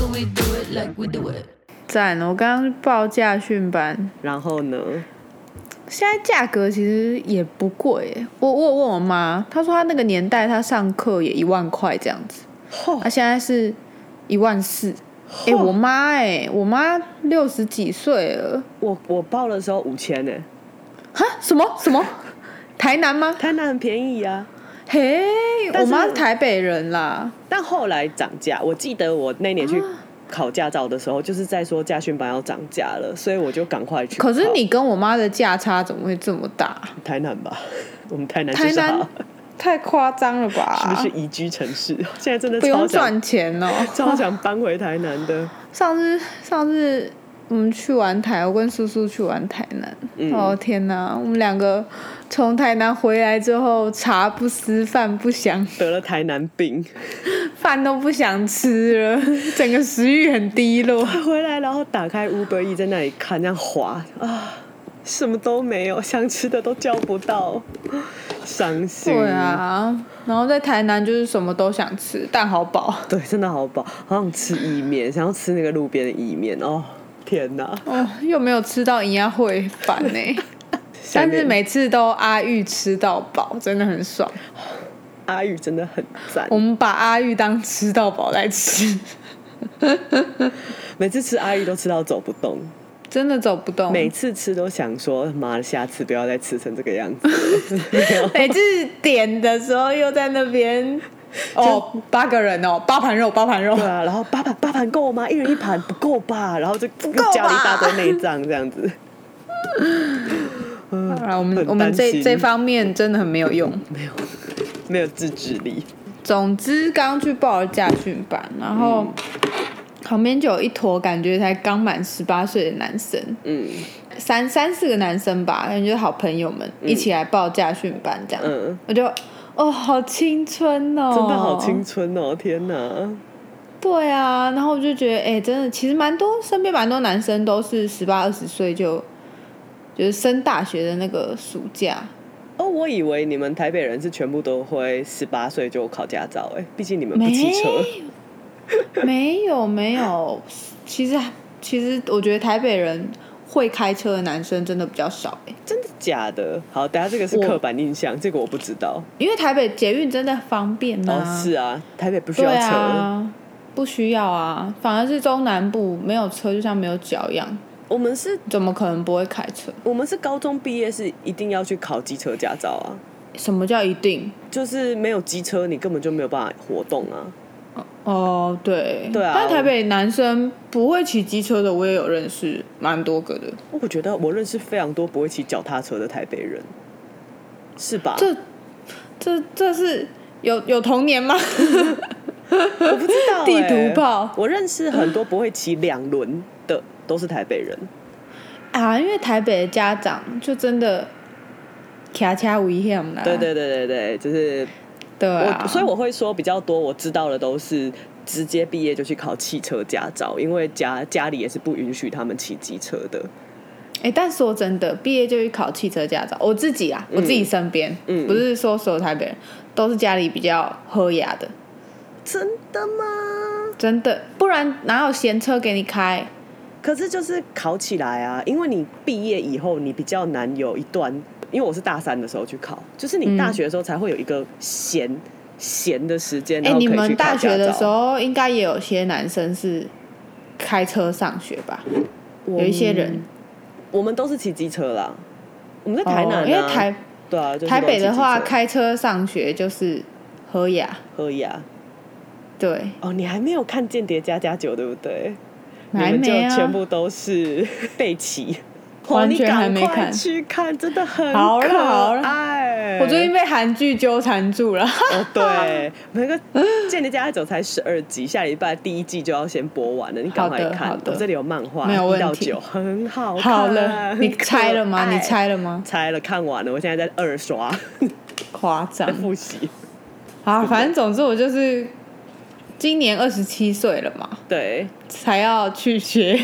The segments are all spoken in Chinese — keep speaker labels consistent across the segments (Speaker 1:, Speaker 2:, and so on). Speaker 1: it like we do it。
Speaker 2: 赞哦！我刚刚报驾训班，
Speaker 3: 然后呢？
Speaker 2: 现在价格其实也不贵耶。我我有问我妈，她说她那个年代她上课也一万块这样子，
Speaker 3: 嚯
Speaker 2: 她现在是一万四。哎，
Speaker 3: 哦
Speaker 2: 我妈哎、我妈六十几岁了，
Speaker 3: 我我报的时候五千呢，
Speaker 2: 哈？什么什么？台南吗？
Speaker 3: 台南很便宜啊，
Speaker 2: 嘿，
Speaker 3: 但
Speaker 2: 我
Speaker 3: 是
Speaker 2: 妈是台北人啦。
Speaker 3: 但后来涨价。我记得我那年去
Speaker 2: 啊
Speaker 3: 考驾照的时候，就是在说驾训班要涨价了，所以我就赶快去考。
Speaker 2: 可是你跟我妈的价差怎么会这么大？
Speaker 3: 台南吧， 我们台南就
Speaker 2: 台
Speaker 3: 是
Speaker 2: 南
Speaker 3: 好，
Speaker 2: 太夸张了吧？
Speaker 3: 是不是宜居城市？现在真的
Speaker 2: 不用
Speaker 3: 超想
Speaker 2: 赚钱哦。
Speaker 3: 超想搬回台南的。
Speaker 2: 上次上次我们去玩台，我跟叔叔去玩台南。哦天哪，我们两个从台南回来之后，茶不思饭不想，
Speaker 3: 得了台南病，
Speaker 2: 饭都不想吃了， 整个食欲很低落。
Speaker 3: 回来然后打开 Uber E 在那里看，这样滑啊，什么都没有，想吃的都叫不到，伤心。
Speaker 2: 对，啊，然后在台南就是什么都想吃，蛋好饱。
Speaker 3: 对，真的好饱，好想吃意面，想要吃那个路边的意面哦。天哪，
Speaker 2: 哦， 又没有吃到营养会烦呢、但
Speaker 3: 想
Speaker 2: 是
Speaker 3: 念
Speaker 2: 每次都阿玉吃到饱，真的很爽。
Speaker 3: 阿玉真的很赞
Speaker 2: 我，们把阿玉当吃到饱来吃，
Speaker 3: 每次吃阿玉都吃到走不动，
Speaker 2: 真的走不动。
Speaker 3: 每次吃都想说妈的，下次不要再吃成这个样子。
Speaker 2: 每次点的时候又在那边哦，八个人哦，八盘肉，八盘肉
Speaker 3: 对。啊，然后八盘八盘够吗？一人一盘不够吧？然后就
Speaker 2: 够吧
Speaker 3: 加了一大堆内脏这样子。嗯
Speaker 2: 啊，我们
Speaker 3: 很
Speaker 2: 我们
Speaker 3: 担
Speaker 2: 这
Speaker 3: 心
Speaker 2: 这方面真的很没有用。
Speaker 3: 没有自制力，
Speaker 2: 总之，刚去报了驾训班，然后、
Speaker 3: 嗯
Speaker 2: 旁边就有一坨感觉才刚满十八岁的男生，
Speaker 3: 嗯
Speaker 2: 三三四个男生吧，感觉好朋友们、一起来报驾训班这样。
Speaker 3: 嗯，
Speaker 2: 我就哦，好青春哦，
Speaker 3: 真的好青春哦！天哪，
Speaker 2: 对啊，然后我就觉得，哎、真的，其实蛮多身边蛮多男生都是十八二十岁就就是升大学的那个暑假，
Speaker 3: 哦，我以为你们台北人是全部都会十八岁就考驾照，哎，毕竟你们不骑车，
Speaker 2: 没有没有，其实其实我觉得台北人会开车的男生真的比较少、哎，
Speaker 3: 真的假的？好，等下这个是
Speaker 2: 我
Speaker 3: 刻板印象，这个我不知道。
Speaker 2: 因为台北捷运真的方便嘛、
Speaker 3: 哦，是啊，台北不需
Speaker 2: 对
Speaker 3: 要车，
Speaker 2: 啊，不需要啊，反而是中南部没有车就像没有脚一样，
Speaker 3: 我们是，
Speaker 2: 怎么可能不会开车？
Speaker 3: 我们是高中毕业是一定要去考机车驾照啊，
Speaker 2: 什么叫一定？
Speaker 3: 就是没有机车你根本就没有办法活动啊。
Speaker 2: 哦，对，
Speaker 3: 对啊
Speaker 2: 但
Speaker 3: 我
Speaker 2: 台北男生不会骑机车的，我也有认识蛮多个的。
Speaker 3: 我觉得我认识非常多不会骑脚踏车的台北人，是吧？
Speaker 2: 这这这是有有童年吗？
Speaker 3: 我不知道、
Speaker 2: 地
Speaker 3: 欸
Speaker 2: 图炮
Speaker 3: 我认识很多不会骑两轮的，都是台北人。
Speaker 2: 啊，因为台北的家长就真的卡卡危险啦。
Speaker 3: 对对对对对，就是
Speaker 2: 对
Speaker 3: 我，
Speaker 2: 啊，
Speaker 3: 所以我会说比较多，我知道的都是直接毕业就去考汽车驾照，因为家家里也是不允许他们骑机车的。
Speaker 2: 哎，但说真的，毕业就去考汽车驾照，我自己啊，我自己身边，
Speaker 3: 嗯
Speaker 2: 不是说所有台北人都是家里比较喝雅的，
Speaker 3: 真的吗？
Speaker 2: 真的，不然哪有闲车给你开？
Speaker 3: 可是就是考起来啊，因为你毕业以后，你比较难有一段，因为我是大三的时候去考，就是你
Speaker 2: 嗯
Speaker 3: 大学的时候才会有一个闲闲、的时间。
Speaker 2: 哎、
Speaker 3: 然后
Speaker 2: 你
Speaker 3: 可以
Speaker 2: 们
Speaker 3: 去考
Speaker 2: 大学的
Speaker 3: 驾照
Speaker 2: 时候应该也有些男生是开车上学吧？有一些人，
Speaker 3: 我们都是骑机车啦。我们在台南、啊
Speaker 2: 哦因为台
Speaker 3: 对啊，就是、
Speaker 2: 台北的话，开车上学就是和雅，
Speaker 3: 喝呀。
Speaker 2: 对，
Speaker 3: 哦，你还没有看《间谍加加酒》对不对？
Speaker 2: 还
Speaker 3: 你们就
Speaker 2: 没啊
Speaker 3: 全部都是 被骑。哇
Speaker 2: 完全
Speaker 3: 你赶
Speaker 2: 还没
Speaker 3: 快
Speaker 2: 看
Speaker 3: 去看，真的很
Speaker 2: 好啦
Speaker 3: 可
Speaker 2: 好啦
Speaker 3: 爱
Speaker 2: 我最近被韩剧纠缠住 了，
Speaker 3: 哦，对，那个《间谍加加酒》才十二集，下礼拜第一季就要先播完了，你赶快
Speaker 2: 好的
Speaker 3: 看。
Speaker 2: 好的
Speaker 3: 我这里有漫画，
Speaker 2: 没有问
Speaker 3: 一到
Speaker 2: 题
Speaker 3: 九，很好看。
Speaker 2: 好了， 你
Speaker 3: 很可
Speaker 2: 猜了吗？你
Speaker 3: 爱
Speaker 2: 猜了吗？
Speaker 3: 猜了，看完了，我现在在二 刷，
Speaker 2: 夸张
Speaker 3: 在 复习。
Speaker 2: 好，反正总之我就是今年二十七岁了嘛，
Speaker 3: 对，
Speaker 2: 才要去学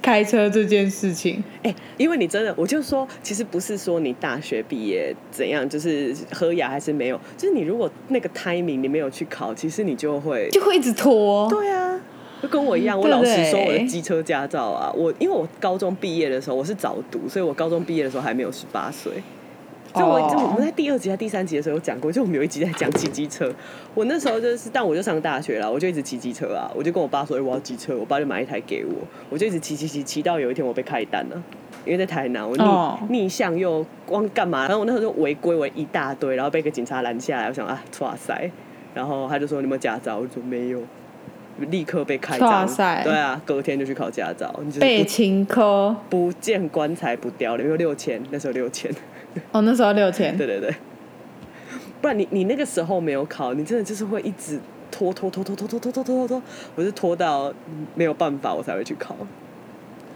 Speaker 2: 开车这件事情。
Speaker 3: 哎、因为你真的，我就说，其实不是说你大学毕业怎样，就是喝牙还是没有，就是你如果那个 timing 你没有去考，其实你就会，
Speaker 2: 就会一直拖，
Speaker 3: 对啊，就跟我一样，我老实说我的机车驾照啊，我因为我高中毕业的时候我是早读，所以我高中毕业的时候还没有十八岁。就我就
Speaker 2: 哦
Speaker 3: 我们在第二集、在第三集的时候有讲过，就我们有一集在讲骑机车。我那时候就是，但我就上大学了，我就一直骑机车啊，我就跟我爸说，哎、我要机车，我爸就买一台给我，我就一直骑骑骑骑到有一天我被开单了。因为在台南，我逆、
Speaker 2: 哦
Speaker 3: 逆向又忘干嘛，然后我那时候就违规违一大堆，然后被一个警察拦下来，我想啊，哇塞，然后他就说你有没有驾照，我就说没有，立刻被开
Speaker 2: 哇
Speaker 3: 张，
Speaker 2: 塞
Speaker 3: 对啊，隔天就去考驾照，你就是
Speaker 2: 被
Speaker 3: 不
Speaker 2: 情科
Speaker 3: 不见棺材不掉泪，因为六千，那时候六千，
Speaker 2: 哦，那时候六千，
Speaker 3: 对对对，不然你你那个时候没有考，你真的就是会一直拖拖拖拖拖拖拖拖拖拖拖，我是拖到没有办法我才会去考，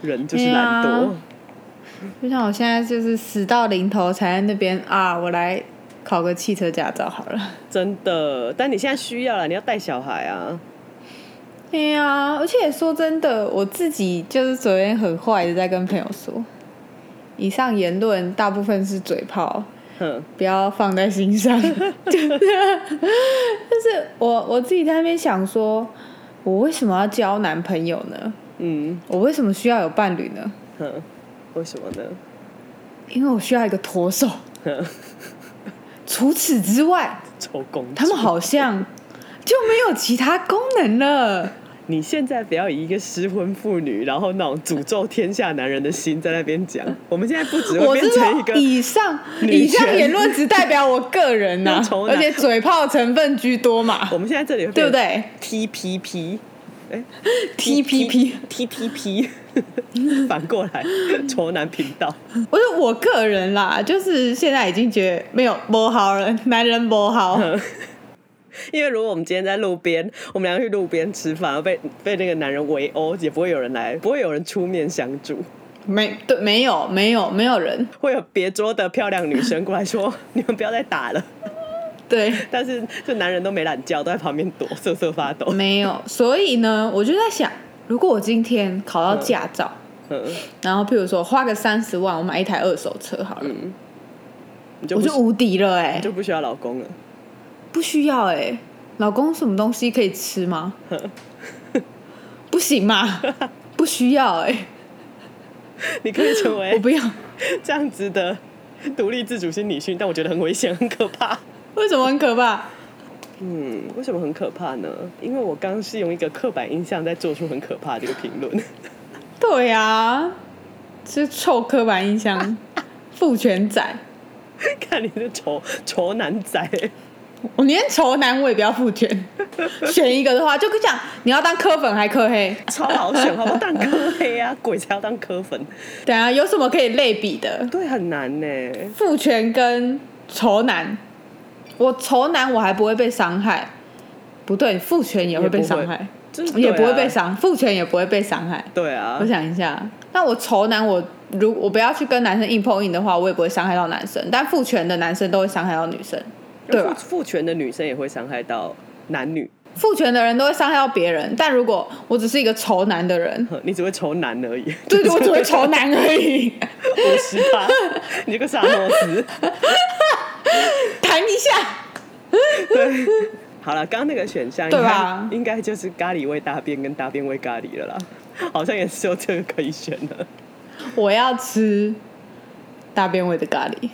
Speaker 3: 人就是懒
Speaker 2: 哎
Speaker 3: 惰
Speaker 2: 呀。就像我现在就是死到临头才在那边啊，我来考个汽车驾照好了。
Speaker 3: 真的，但你现在需要了，你要带小孩啊。
Speaker 2: 对呀、而且说真的，我自己就是昨天很坏的在跟朋友说，以上言论大部分是嘴炮，
Speaker 3: 哼，
Speaker 2: 不要放在心上。 就是就是我我自己在那边想说，我为什么要交男朋友呢？
Speaker 3: 嗯，
Speaker 2: 我为什么需要有伴侣呢？
Speaker 3: 哼，为什么呢？
Speaker 2: 因为我需要一个驼手。
Speaker 3: 哼，
Speaker 2: 除此之外，
Speaker 3: 抽公，
Speaker 2: 他们，好像就没有其他功能了。
Speaker 3: 你现在不要以一个失婚妇女，然后那种诅咒天下男人的心在那边讲。我们现在不只会
Speaker 2: 我
Speaker 3: 变
Speaker 2: 知
Speaker 3: 成一
Speaker 2: 道
Speaker 3: 个，
Speaker 2: 以上
Speaker 3: 女
Speaker 2: 以上
Speaker 3: 权
Speaker 2: 言论只代表我个人呐、
Speaker 3: 要 从哪
Speaker 2: 而且嘴炮成分居多嘛
Speaker 3: 我，们现在这里会
Speaker 2: 对不
Speaker 3: 变
Speaker 2: 对
Speaker 3: ？TPP，哎
Speaker 2: ？TPP，
Speaker 3: TTP，反 过来，仇男频道。
Speaker 2: 我是我个人啦，就是现在已经觉得没有不好了，男人不 好，
Speaker 3: 因为如果我们今天在路边，我们两个去路边吃饭，然后被被那个男人围殴，也不会有人来，不会有人出面相助，
Speaker 2: 没对，没有没有没有人，
Speaker 3: 会有别桌的漂亮女生过来说：“ 你们不要再打了。
Speaker 2: 对，”
Speaker 3: 但是这男人都没懒觉，都在旁边躲，瑟瑟发抖。
Speaker 2: 没有。所以呢，我就在想，如果我今天考到驾照，
Speaker 3: 嗯，
Speaker 2: 然后譬如说花个三十万，我买一台二手车好了，
Speaker 3: 你嗯就
Speaker 2: 我
Speaker 3: 不
Speaker 2: 就无敌了哎、
Speaker 3: 你就不需要老公了。
Speaker 2: 不需要哎、老公什么东西可以吃 吗？不行嘛，不需要哎、
Speaker 3: 你可以成
Speaker 2: 我
Speaker 3: 为
Speaker 2: 不要。
Speaker 3: 这样子的独立自主性女性，但我觉得很危险，很可怕。
Speaker 2: 为什么很可怕？
Speaker 3: 嗯，为什么很可怕呢？因为我刚是用一个刻板印象在做出很可怕的这个评论。
Speaker 2: 对呀、啊，这臭刻板印象，父权仔，
Speaker 3: 看你是丑丑男仔，
Speaker 2: 我宁愿仇男我也不要父权。选一个的话，就跟讲你要当科粉还科黑。
Speaker 3: 超好选，好不好？当科黑啊，鬼才要当科粉，
Speaker 2: 等啊，有什么可以类比的？
Speaker 3: 对，很难呢。
Speaker 2: 父权跟仇男，我仇男我还不会被伤害，不对，父权也会被伤害。
Speaker 3: 就是对啊
Speaker 2: 也不会被伤，父权也不会被伤害。
Speaker 3: 对啊
Speaker 2: 我，想一下，那我仇男我，如我不要去跟男生硬碰硬的话，我也不会伤害到男生。但父权的男生都会伤害到女生，对吧？
Speaker 3: 父父权的女生也会伤害到男女，
Speaker 2: 父权的人都会伤害到别人，但如果我只是一个仇男的人，
Speaker 3: 呵你只会仇男 而已。
Speaker 2: 对对，我只会仇男而已。
Speaker 3: 五十 八，你这个傻帽 子。
Speaker 2: 谈一下，
Speaker 3: 好了，刚刚那个选项应
Speaker 2: 对
Speaker 3: 该
Speaker 2: 吧
Speaker 3: 应该就是咖喱味大便跟大便味咖喱了啦，好像也只有这个可以选了，
Speaker 2: 我要吃大便味的咖喱，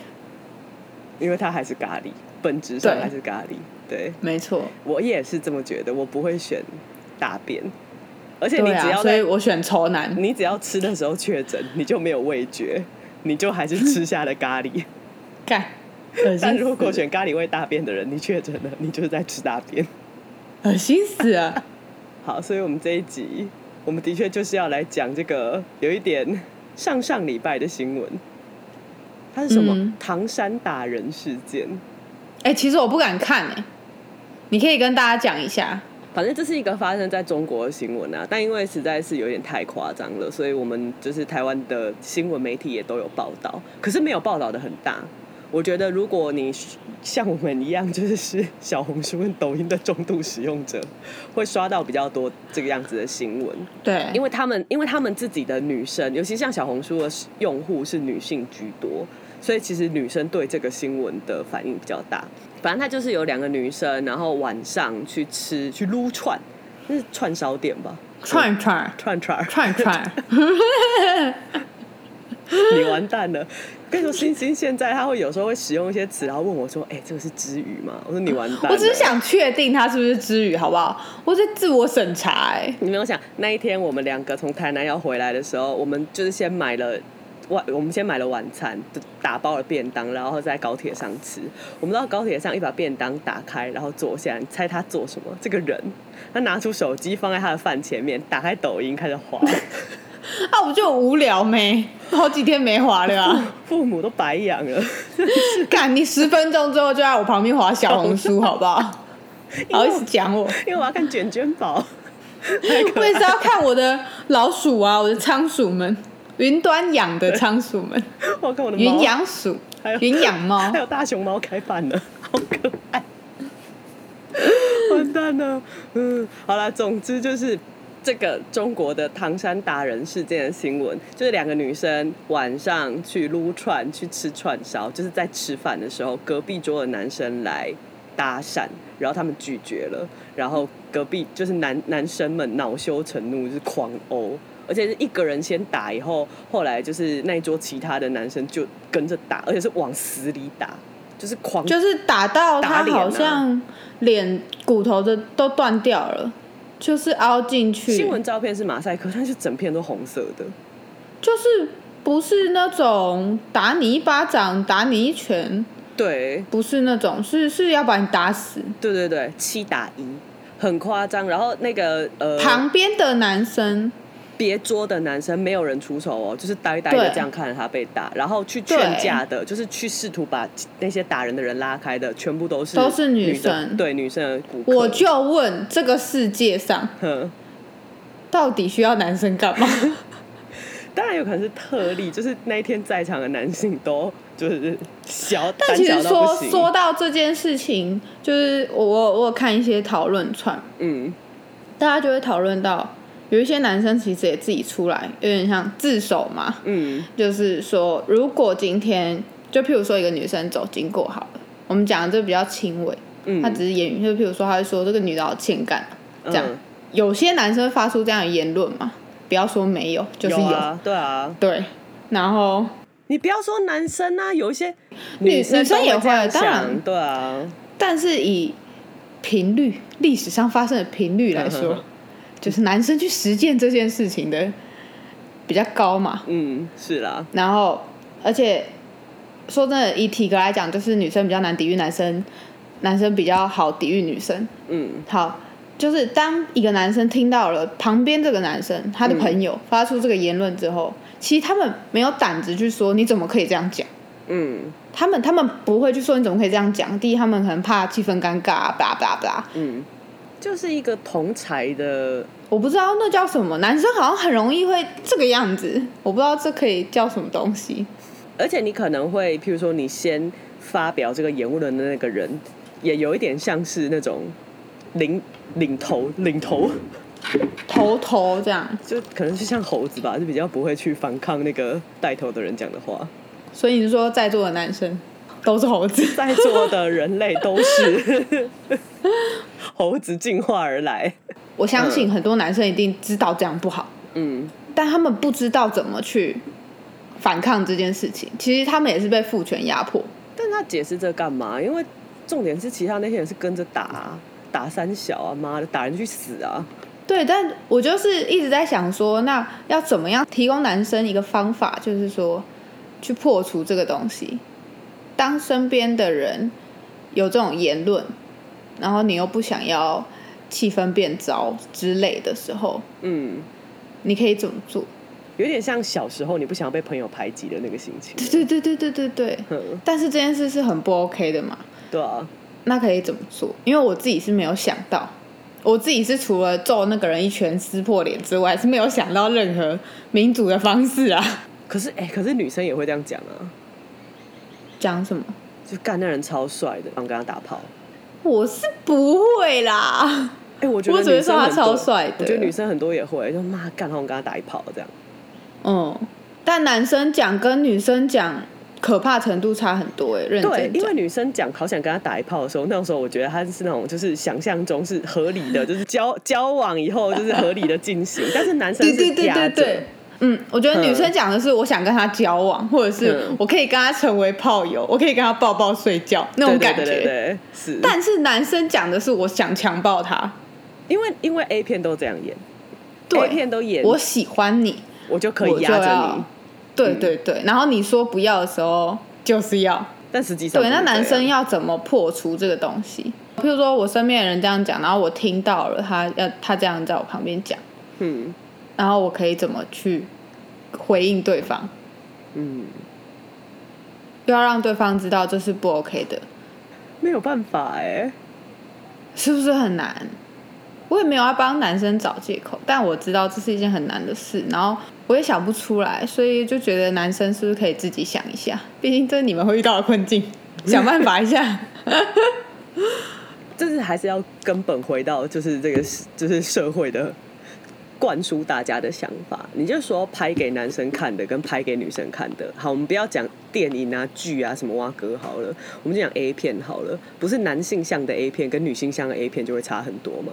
Speaker 3: 因为它还是咖喱，本质上
Speaker 2: 对
Speaker 3: 还是咖喱。对
Speaker 2: 没错，
Speaker 3: 我也是这么觉得，我不会选大便，而且你
Speaker 2: 对
Speaker 3: 只
Speaker 2: 啊，
Speaker 3: 要
Speaker 2: 所
Speaker 3: 在
Speaker 2: 以我选仇男。
Speaker 3: 你只要吃的时候确诊，你就没有味觉，你就还是吃下了 咖喱。
Speaker 2: 干，恶
Speaker 3: 但
Speaker 2: 心
Speaker 3: 如果
Speaker 2: 死，
Speaker 3: 选咖喱味大便的人，你确诊了，你就是在吃大便。
Speaker 2: 恶心死了。
Speaker 3: 好，所以我们这一集，我们的确就是要来讲这个有一点上上礼拜的新闻，它是什么？
Speaker 2: 嗯
Speaker 3: 唐山打人事件。
Speaker 2: 哎、其实我不敢看哎、你可以跟大家讲一下。
Speaker 3: 反正这是一个发生在中国的新闻啊，但因为实在是有点太夸张了，所以我们就是台湾的新闻媒体也都有报道，可是没有报道的很大。我觉得如果你像我们一样，就是是小红书跟抖音的重度使用者，会刷到比较多这个样子的新闻。
Speaker 2: 对，
Speaker 3: 因
Speaker 2: 为
Speaker 3: 为他们因为他们自己的女生，尤其像小红书的用户是女性居多，所以其实女生对这个新闻的反应比较大。反正她就是有两个女生，然后晚上去吃去撸串，那是串烧店吧？
Speaker 2: 串串
Speaker 3: 串串
Speaker 2: 串 串，
Speaker 3: 你完蛋了。跟你说，星星现在他会有时候会使用一些词，然后问我说：“哎、这个是知语吗？”我说：“你完蛋。”
Speaker 2: 我只是，想确定他是不是知语，好不好？我在自我审查、欸，
Speaker 3: 你没有想那一天我们两个从台南要回来的时候，我们就是先买了。晚，我们先买了晚餐，就打包了便当，然后在高铁上吃。我们到高铁上一把便当打开，然后坐下，你猜他做什么？这个人，他拿出手机放在他的饭前面，打开抖音开始滑。
Speaker 2: 啊，我就无聊没，好几天没滑了 啊。
Speaker 3: 父母都白养了，
Speaker 2: 干，你十分钟之后就在我旁边滑小红书， 好不好？好意思讲我？
Speaker 3: 因为哎我要看卷卷宝。
Speaker 2: 我也是要看我的老鼠啊，我的仓鼠们，云端养的仓鼠们，
Speaker 3: 我要看我的猫
Speaker 2: 云，养鼠
Speaker 3: 还有、
Speaker 2: 云养猫
Speaker 3: 还。有大熊猫开饭了， 好可爱。完蛋了，嗯，好了，总之就是这个中国的唐山打人事件的新闻，就是两个女生晚上去撸串去吃串烧，就是在吃饭的时候，隔壁桌的男生来搭讪，然后他们拒绝了，然后隔壁就是男男生们恼羞成怒，就是狂殴。而且是一个人先打，以后后来就是那一桌其他的男生就跟着打，而且是往死里打，就是狂
Speaker 2: 就是打到
Speaker 3: 打
Speaker 2: 他
Speaker 3: 脸啊
Speaker 2: 好像脸骨头的都断掉了，就是凹进去，
Speaker 3: 新闻照片是马赛克，但是整片都红色的。
Speaker 2: 就是不是那种打你一巴掌、打你一拳，
Speaker 3: 对，
Speaker 2: 不是那种，是是要把你打死。
Speaker 3: 对对对，七打一，很夸张。然后那个呃，
Speaker 2: 旁边的男生
Speaker 3: 别桌的男生没有人出手哦，就是呆呆的
Speaker 2: 对
Speaker 3: 这样看着他被打，然后去
Speaker 2: 对
Speaker 3: 劝架的，就是去试图把那些打人的人拉开的，全部都是
Speaker 2: 都是女
Speaker 3: 女的
Speaker 2: 生
Speaker 3: 对女生的顾客。
Speaker 2: 我就问，这个世界上
Speaker 3: 哼
Speaker 2: 到底需要男生 干嘛？
Speaker 3: 当然有可能是特例，就是那一天在场的男性都就是小，
Speaker 2: 但其实
Speaker 3: 胆小到
Speaker 2: 说
Speaker 3: 不行
Speaker 2: 说到这件事情，就是我我我有看一些讨论串，
Speaker 3: 嗯，
Speaker 2: 大家就会讨论到，有一些男生其实也自己出来，有点像自首嘛。
Speaker 3: 嗯
Speaker 2: 就是说，如果今天就譬如说一个女生走经过好了，我们讲的这比较轻微，
Speaker 3: 嗯，
Speaker 2: 她只是言语，就譬如说，她会说这个女的好欠干，这样、
Speaker 3: 嗯
Speaker 2: 有些男生发出这样的言论嘛，不要说没有，就是
Speaker 3: 有啊，对啊，
Speaker 2: 对。然后
Speaker 3: 你不要说男生啊，有一些
Speaker 2: 女
Speaker 3: 生
Speaker 2: 女生
Speaker 3: 都
Speaker 2: 也
Speaker 3: 这样
Speaker 2: 会当然
Speaker 3: 想对啊，
Speaker 2: 但是以频率历史上发生的频率来
Speaker 3: 嗯哼
Speaker 2: 说
Speaker 3: 哼，
Speaker 2: 就是男生去实践这件事情的比较高嘛。
Speaker 3: 嗯，是啦，
Speaker 2: 然后，而且说真的，以体格来讲，就是女生比较难抵御男生，男生比较好抵御女生。
Speaker 3: 嗯
Speaker 2: 好，就是当一个男生听到了旁边这个男生他的朋友发出这个言论之后，其实他们没有胆子去说你怎么可以这样讲。
Speaker 3: 嗯
Speaker 2: 他们他们不会去说你怎么可以这样讲。第一，他们可能怕气氛尴尬、啊，巴拉巴拉巴拉。
Speaker 3: 嗯，就是一个同才的，
Speaker 2: 我不知道那叫什么，男生好像很容易会这个样子，我不知道这可以叫什么东西。
Speaker 3: 而且你可能会，譬如说你先发表这个言论的那个人，也有一点像是那种领领头领头，
Speaker 2: 头头这样，
Speaker 3: 就可能是像猴子吧，就比较不会去反抗那个带头的人讲的话，
Speaker 2: 所以你说在座的男生都是猴子，
Speaker 3: 在座的人类都 是猴子进化而来，
Speaker 2: 我相信很多男生一定知道这样不好，
Speaker 3: 嗯
Speaker 2: 但他们不知道怎么去反抗这件事情。其实他们也是被父权压迫，
Speaker 3: 但他解释这干嘛？因为重点是其他那些人是跟着打啊、打三小啊，妈的，打人去死啊！
Speaker 2: 对，但我就是一直在想说，那要怎么样提供男生一个方法，就是说去破除这个东西。当身边的人有这种言论，然后你又不想要气氛变糟之类的时候，
Speaker 3: 嗯，
Speaker 2: 你可以怎么做？
Speaker 3: 有点像小时候你不想被朋友排挤的那个心情。
Speaker 2: 对对对对对对对。
Speaker 3: 嗯，
Speaker 2: 但是这件事是很不 OK 的嘛？
Speaker 3: 对啊，
Speaker 2: 那可以怎么做？因为我自己是没有想到，我自己是除了揍那个人一拳撕破脸之外，是没有想到任何民主的方式啊。
Speaker 3: 可是哎、可是女生也会这样讲啊，
Speaker 2: 讲什么？
Speaker 3: 就干那人超帅的，然后跟他打炮。
Speaker 2: 我是不会啦，
Speaker 3: 哎、我觉得
Speaker 2: 我只会
Speaker 3: 女生
Speaker 2: 说他
Speaker 3: 很多
Speaker 2: 超帅的
Speaker 3: 我觉得女生很多也会，就妈
Speaker 2: 哦
Speaker 3: 干，然后跟他打一炮这样。
Speaker 2: 嗯，但男生讲跟女生讲，可怕程度差很多哎、欸，认
Speaker 3: 对，
Speaker 2: 真
Speaker 3: 因
Speaker 2: 讲
Speaker 3: 为女生讲好想跟他打一炮的时候，那种时候我觉得他是那种就是想象中是合理的，就是交交往以后就是合理的 进行，但是男生
Speaker 2: 对
Speaker 3: 是
Speaker 2: 对对
Speaker 3: 夹
Speaker 2: 对
Speaker 3: 着
Speaker 2: 对，嗯，我觉得女生讲的是我想跟他交往，或者是
Speaker 3: 嗯
Speaker 2: 我可以跟他成为炮友，我可以跟他抱抱睡觉那种
Speaker 3: 对
Speaker 2: 感
Speaker 3: 对对对
Speaker 2: 觉。
Speaker 3: 对是，
Speaker 2: 但是男生讲的是我想强暴他，
Speaker 3: 因为因为 A 片都这样演，A
Speaker 2: 对，
Speaker 3: 片都演，
Speaker 2: 我
Speaker 3: 我
Speaker 2: 喜欢你，嗯
Speaker 3: 我就可
Speaker 2: 我
Speaker 3: 以
Speaker 2: 就
Speaker 3: 压着
Speaker 2: 要
Speaker 3: 你，，
Speaker 2: 对对对。然后你说不要的时候，就是要。
Speaker 3: 但实际上
Speaker 2: 对，那
Speaker 3: 不
Speaker 2: 男
Speaker 3: 是这样
Speaker 2: 生要怎么破除这个东西？譬如说我身边的人这样讲，然后我听到了他要他这样在我旁边讲，
Speaker 3: 嗯
Speaker 2: 然后我可以怎么去回应对方？
Speaker 3: 嗯
Speaker 2: 又要让对方知道这是不 OK 的，
Speaker 3: 没有办法哎，
Speaker 2: 是不是很难？我也没有要帮男生找借口，但我知道这是一件很难的事，然后我也想不出来，所以就觉得男生是不是可以自己想一下？毕竟这是你们会遇到的困境，想办法一下。
Speaker 3: 就是还是要根本回到就是这个就是社会的灌输大家的想法。你就说拍给男生看的跟拍给女生看的，好，我们不要讲电影啊、剧啊什么蛙哥好了，我们就讲 A 片好了。不是男性向的 A 片跟女性向的 A 片就会差很多吗？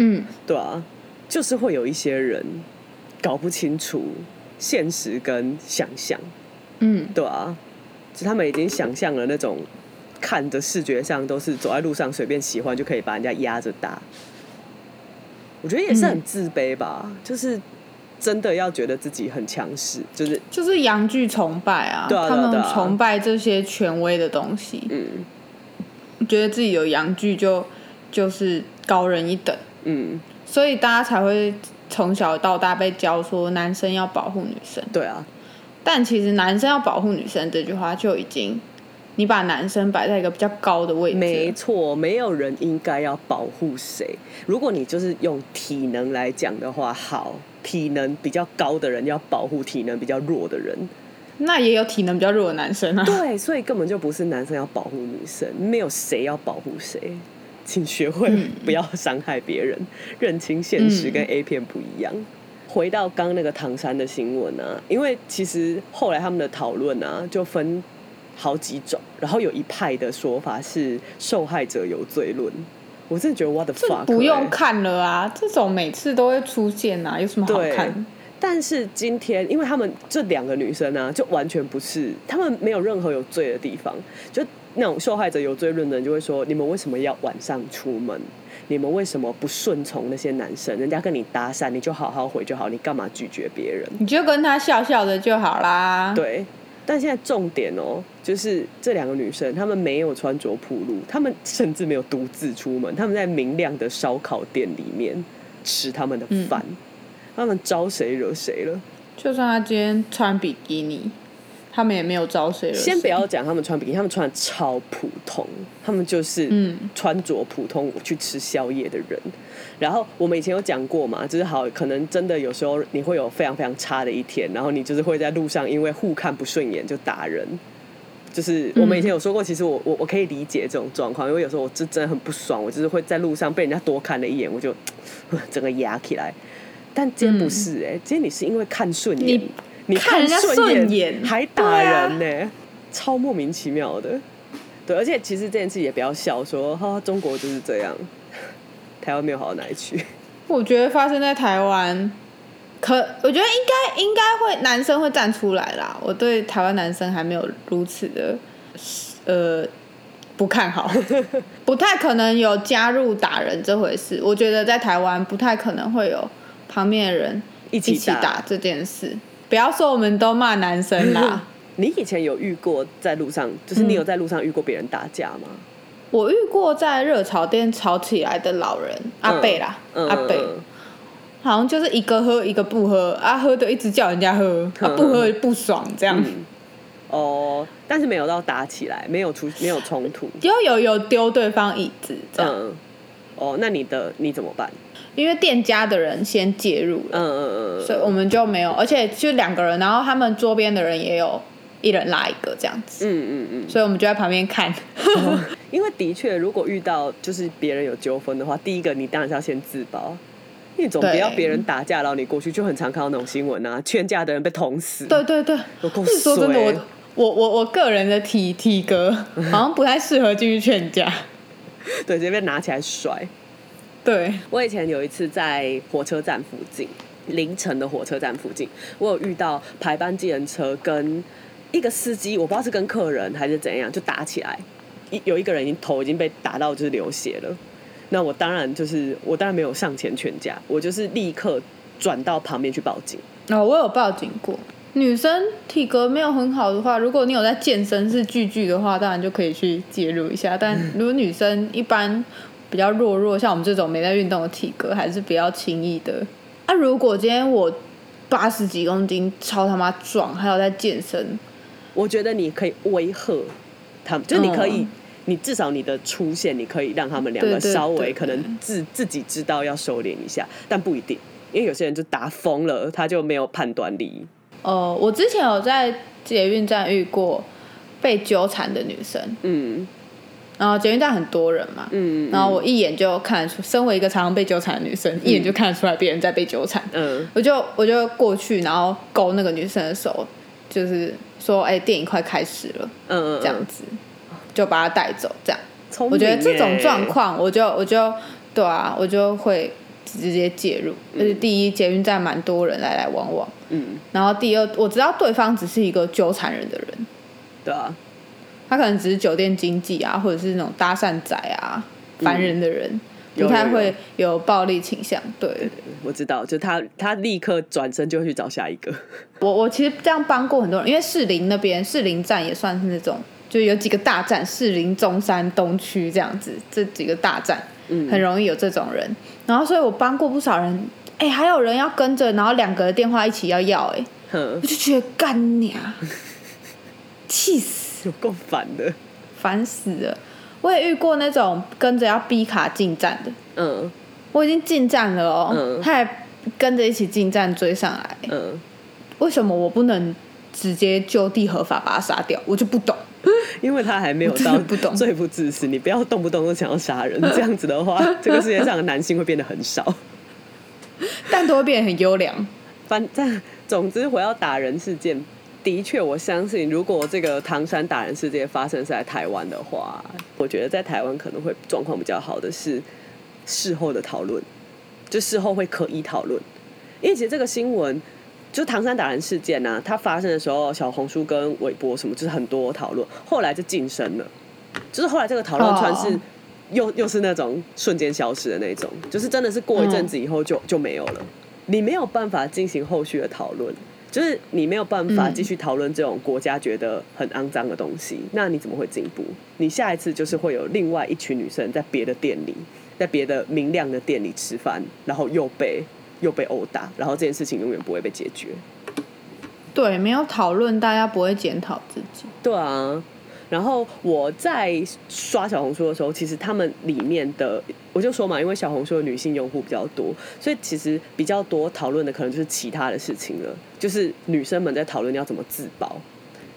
Speaker 2: 嗯，
Speaker 3: 对啊，就是会有一些人搞不清楚现实跟想象。
Speaker 2: 嗯，
Speaker 3: 对啊，就他们已经想象了那种看着视觉上都是走在路上随便喜欢就可以把人家压着打。我觉得也是很自卑吧，就是真的要觉得自己很强势，就是
Speaker 2: 就是洋剧崇拜啊，
Speaker 3: 对啊
Speaker 2: 他
Speaker 3: 对啊对
Speaker 2: 们
Speaker 3: 啊
Speaker 2: 崇拜这些权威的东西，
Speaker 3: 嗯
Speaker 2: 觉得自己有洋剧就就是高人一等，
Speaker 3: 嗯，
Speaker 2: 所以大家才会从小到大被教说男生要保护女生。
Speaker 3: 对啊，
Speaker 2: 但其实男生要保护女生这句话就已经，你把男生摆在一个比较高的位置了，
Speaker 3: 没错，没有人应该要保护谁。如果你就是用体能来讲的话，好，体能比较高的人要保护体能比较弱的人，
Speaker 2: 那也有体能比较弱的男生啊。
Speaker 3: 对，所以根本就不是男生要保护女生，没有谁要保护谁。请学会不要伤害别人，认清现实跟嗯 A 片不一样。回到刚刚那个唐山的新闻啊，因为其实后来他们的讨论啊，就分好几种，然后有一派的说法是受害者有罪论，我真的觉得 what the
Speaker 2: 这
Speaker 3: fuck，
Speaker 2: 不
Speaker 3: 欸
Speaker 2: 用看了啊，这种每次都会出现啊，有什么好
Speaker 3: 对
Speaker 2: 看？
Speaker 3: 但是今天，因为他们这两个女生呢、啊就完全不是，他们没有任何有罪的地方。就那种受害者有罪论的人就会说：你们为什么要晚上出门？你们为什么不顺从那些男生？人家跟你搭讪，你就好好回就好，你干嘛拒绝别人？
Speaker 2: 你就跟他笑笑的就好啦。，
Speaker 3: 对。但现在重点哦，就是这两个女生，她们没有穿着暴露，她们甚至没有独自出门，她们在明亮的烧烤店里面吃她们的饭，她们招谁惹谁了？
Speaker 2: 就算他今天穿比基尼，他们也没有招谁惹谁。
Speaker 3: 先不要讲他们穿比基尼，他们穿的超普通，他们就是
Speaker 2: 嗯
Speaker 3: 穿着普通去吃宵夜的人。然后我们以前有讲过嘛，就是好，可能真的有时候你会有非常非常差的一天，然后你就是会在路上因为互看不顺眼就打人。就是我们以前有说过，其实我我我可以理解这种状况，因为有时候我真真的很不爽，我就是会在路上被人家多看了一眼，我就整个压起来。但今天不是哎、今天你是因为看顺眼
Speaker 2: 你，
Speaker 3: 你
Speaker 2: 看人家顺
Speaker 3: 顺
Speaker 2: 眼啊
Speaker 3: 还打人呢、超莫名其妙的。对，而且其实这件事也不要笑说，哈、中国就是这样， 台湾没有好到哪里去。
Speaker 2: 我觉得发生在台湾，可我觉得应该应该会男生会站出来啦。我对台湾男生还没有如此的呃不看好， 不太可能有加入打人这回事。我觉得在台湾不太可能会有旁边的人
Speaker 3: 一起
Speaker 2: 一起
Speaker 3: 打
Speaker 2: 打这件事。不要说我们都骂男生 啦，
Speaker 3: 你以前有遇过在路上，就是
Speaker 2: 嗯
Speaker 3: 你有在路上遇过别人打架吗？
Speaker 2: 我遇过在热炒店吵起来的老人阿贝啦，
Speaker 3: 嗯
Speaker 2: 阿贝。
Speaker 3: 嗯
Speaker 2: 好像就是一个喝一个不喝，啊喝的一直叫人家喝，啊不喝不爽这样。
Speaker 3: 嗯哦，但是没有到打起来，没有出没有冲突。
Speaker 2: 有有有丢 对啊方椅子这样，
Speaker 3: 嗯，哦，那你的你怎么办？
Speaker 2: 因为店家的人先介入了，
Speaker 3: 嗯嗯嗯
Speaker 2: 所以我们就没有，而且就两个人，然后他们桌边的人也有一人拉一个这样子，
Speaker 3: 嗯嗯
Speaker 2: 所以我们就在旁边看。
Speaker 3: 嗯，因为的确，如果遇到就是别人有纠纷的话，第一个你当然是要先自保，因为你总不
Speaker 2: 对
Speaker 3: 要别人打架，然后你过去就很常看到那种新闻啊，劝架的人被捅死。
Speaker 2: 对对对，
Speaker 3: 有够
Speaker 2: 是说真的
Speaker 3: 衰
Speaker 2: 我。我我我个人的体体 格好像不太适合进去劝架。
Speaker 3: 对，直接被拿起来甩。
Speaker 2: 对，
Speaker 3: 我以前有一次在火车站附近，凌晨的火车站附近，我有遇到排班计程车跟一个司机，我不知道是跟客人还是怎样，就打起来。一有一个人已经头已经被打到就是流血了，那我当然就是我当然没有上前劝架，我就是立刻转到旁边去报警。
Speaker 2: 哦，我有报警过。女生体格没有很好的话，如果你有在健身室聚聚的话，当然就可以去介入一下。但如果女生一般比较弱弱，像我们这种没在运动的体格，还是比较轻易的。啊，如果今天我八十几公斤，超他妈壮，还有在健身，
Speaker 3: 我觉得你可以威吓他们，就是你可以，
Speaker 2: 嗯
Speaker 3: 你至少你的出现，你可以让他们两个
Speaker 2: 对对
Speaker 3: 稍微
Speaker 2: 对
Speaker 3: 可能自自己知道要收敛一下，但不一定，因为有些人就打疯了，他就没有判断力。
Speaker 2: 呃，我之前有在捷运站遇过被纠缠的女生，
Speaker 3: 嗯
Speaker 2: 然后捷运站很多人嘛，
Speaker 3: 嗯
Speaker 2: 然后我一眼就看得出，身为一个常常被纠缠的女生，一眼就看得出来别人在被纠缠，
Speaker 3: 嗯，
Speaker 2: 我就我就过去，然后勾那个女生的手，就是说，哎、电影快开始了，
Speaker 3: 嗯
Speaker 2: 这样子，就把她带走，这样。
Speaker 3: 聪明
Speaker 2: 我觉得这种
Speaker 3: 耶
Speaker 2: 状，况，我就我就对啊，我就会直接介入。而且第一，捷运站蛮多人来来往往，
Speaker 3: 嗯，
Speaker 2: 然后第二，我知道对方只是一个纠缠人的人，
Speaker 3: 对啊，
Speaker 2: 他可能只是酒店经济啊，或者是那种搭讪仔啊，烦人的人，
Speaker 3: 嗯有
Speaker 2: 不太
Speaker 3: 有有
Speaker 2: 会有暴力倾向。对
Speaker 3: 我知道，就他他立刻转身就会去找下一个。
Speaker 2: 我我其实这样帮过很多人，因为士林那边士林站也算是那种，就有几个大站，士林、中山、东区这样子，这几个大站，
Speaker 3: 嗯
Speaker 2: 很容易有这种人。然后所以我帮过不少人，哎、还有人要跟着，然后两个的电话一起要要、哎，
Speaker 3: 哼
Speaker 2: 我，就觉得干你啊，气死，
Speaker 3: 有够烦的。
Speaker 2: 烦死了。我也遇过那种跟着要逼卡进站的，
Speaker 3: 嗯
Speaker 2: 我已经进站了哦，
Speaker 3: 嗯
Speaker 2: 他还跟着一起进站追上来，
Speaker 3: 嗯，
Speaker 2: 为什么我不能直接就地合法把他杀掉？我就不懂。
Speaker 3: 因为他还没有
Speaker 2: 我真
Speaker 3: 到
Speaker 2: 的不懂
Speaker 3: 罪不至死，你不要动不动就想要杀人，这样子 的话，这个世界上的男性会变得很少。
Speaker 2: 但都会变得很优良。
Speaker 3: 反 正总之，回到打人事件，的确，我相信如果这个唐山打人事件发生是在台湾的话，我觉得在台湾可能会状况比较好的是事后的讨论，就事后会可以讨论，因为其实这个新闻。就唐山打人事件呢、它发生的时候，小红书跟微博什么，就是很多讨论，后来就晋升了，就是后来这个讨论
Speaker 2: 哦
Speaker 3: 串是、又又是那种瞬间消失的那种，就是真的是过一阵子以后就、就没有了。你没有办法进行后续的讨论，就是你没有办法
Speaker 2: 嗯
Speaker 3: 继续讨论这种国家觉得很肮脏的东西，那你怎么会进步？你下一次就是会有另外一群女生在别的店里，在别的明亮的店里吃饭，然后又被又被殴打，然后这件事情永远不会被解决。
Speaker 2: 对，没有讨论，大家不会检讨自己。
Speaker 3: 对啊，然后我在刷小红书的时候，其实他们里面的我就说嘛，因为小红书的女性用户比较多，所以其实比较多讨论的可能就是其他的事情了，就是女生们在讨论要怎么自保。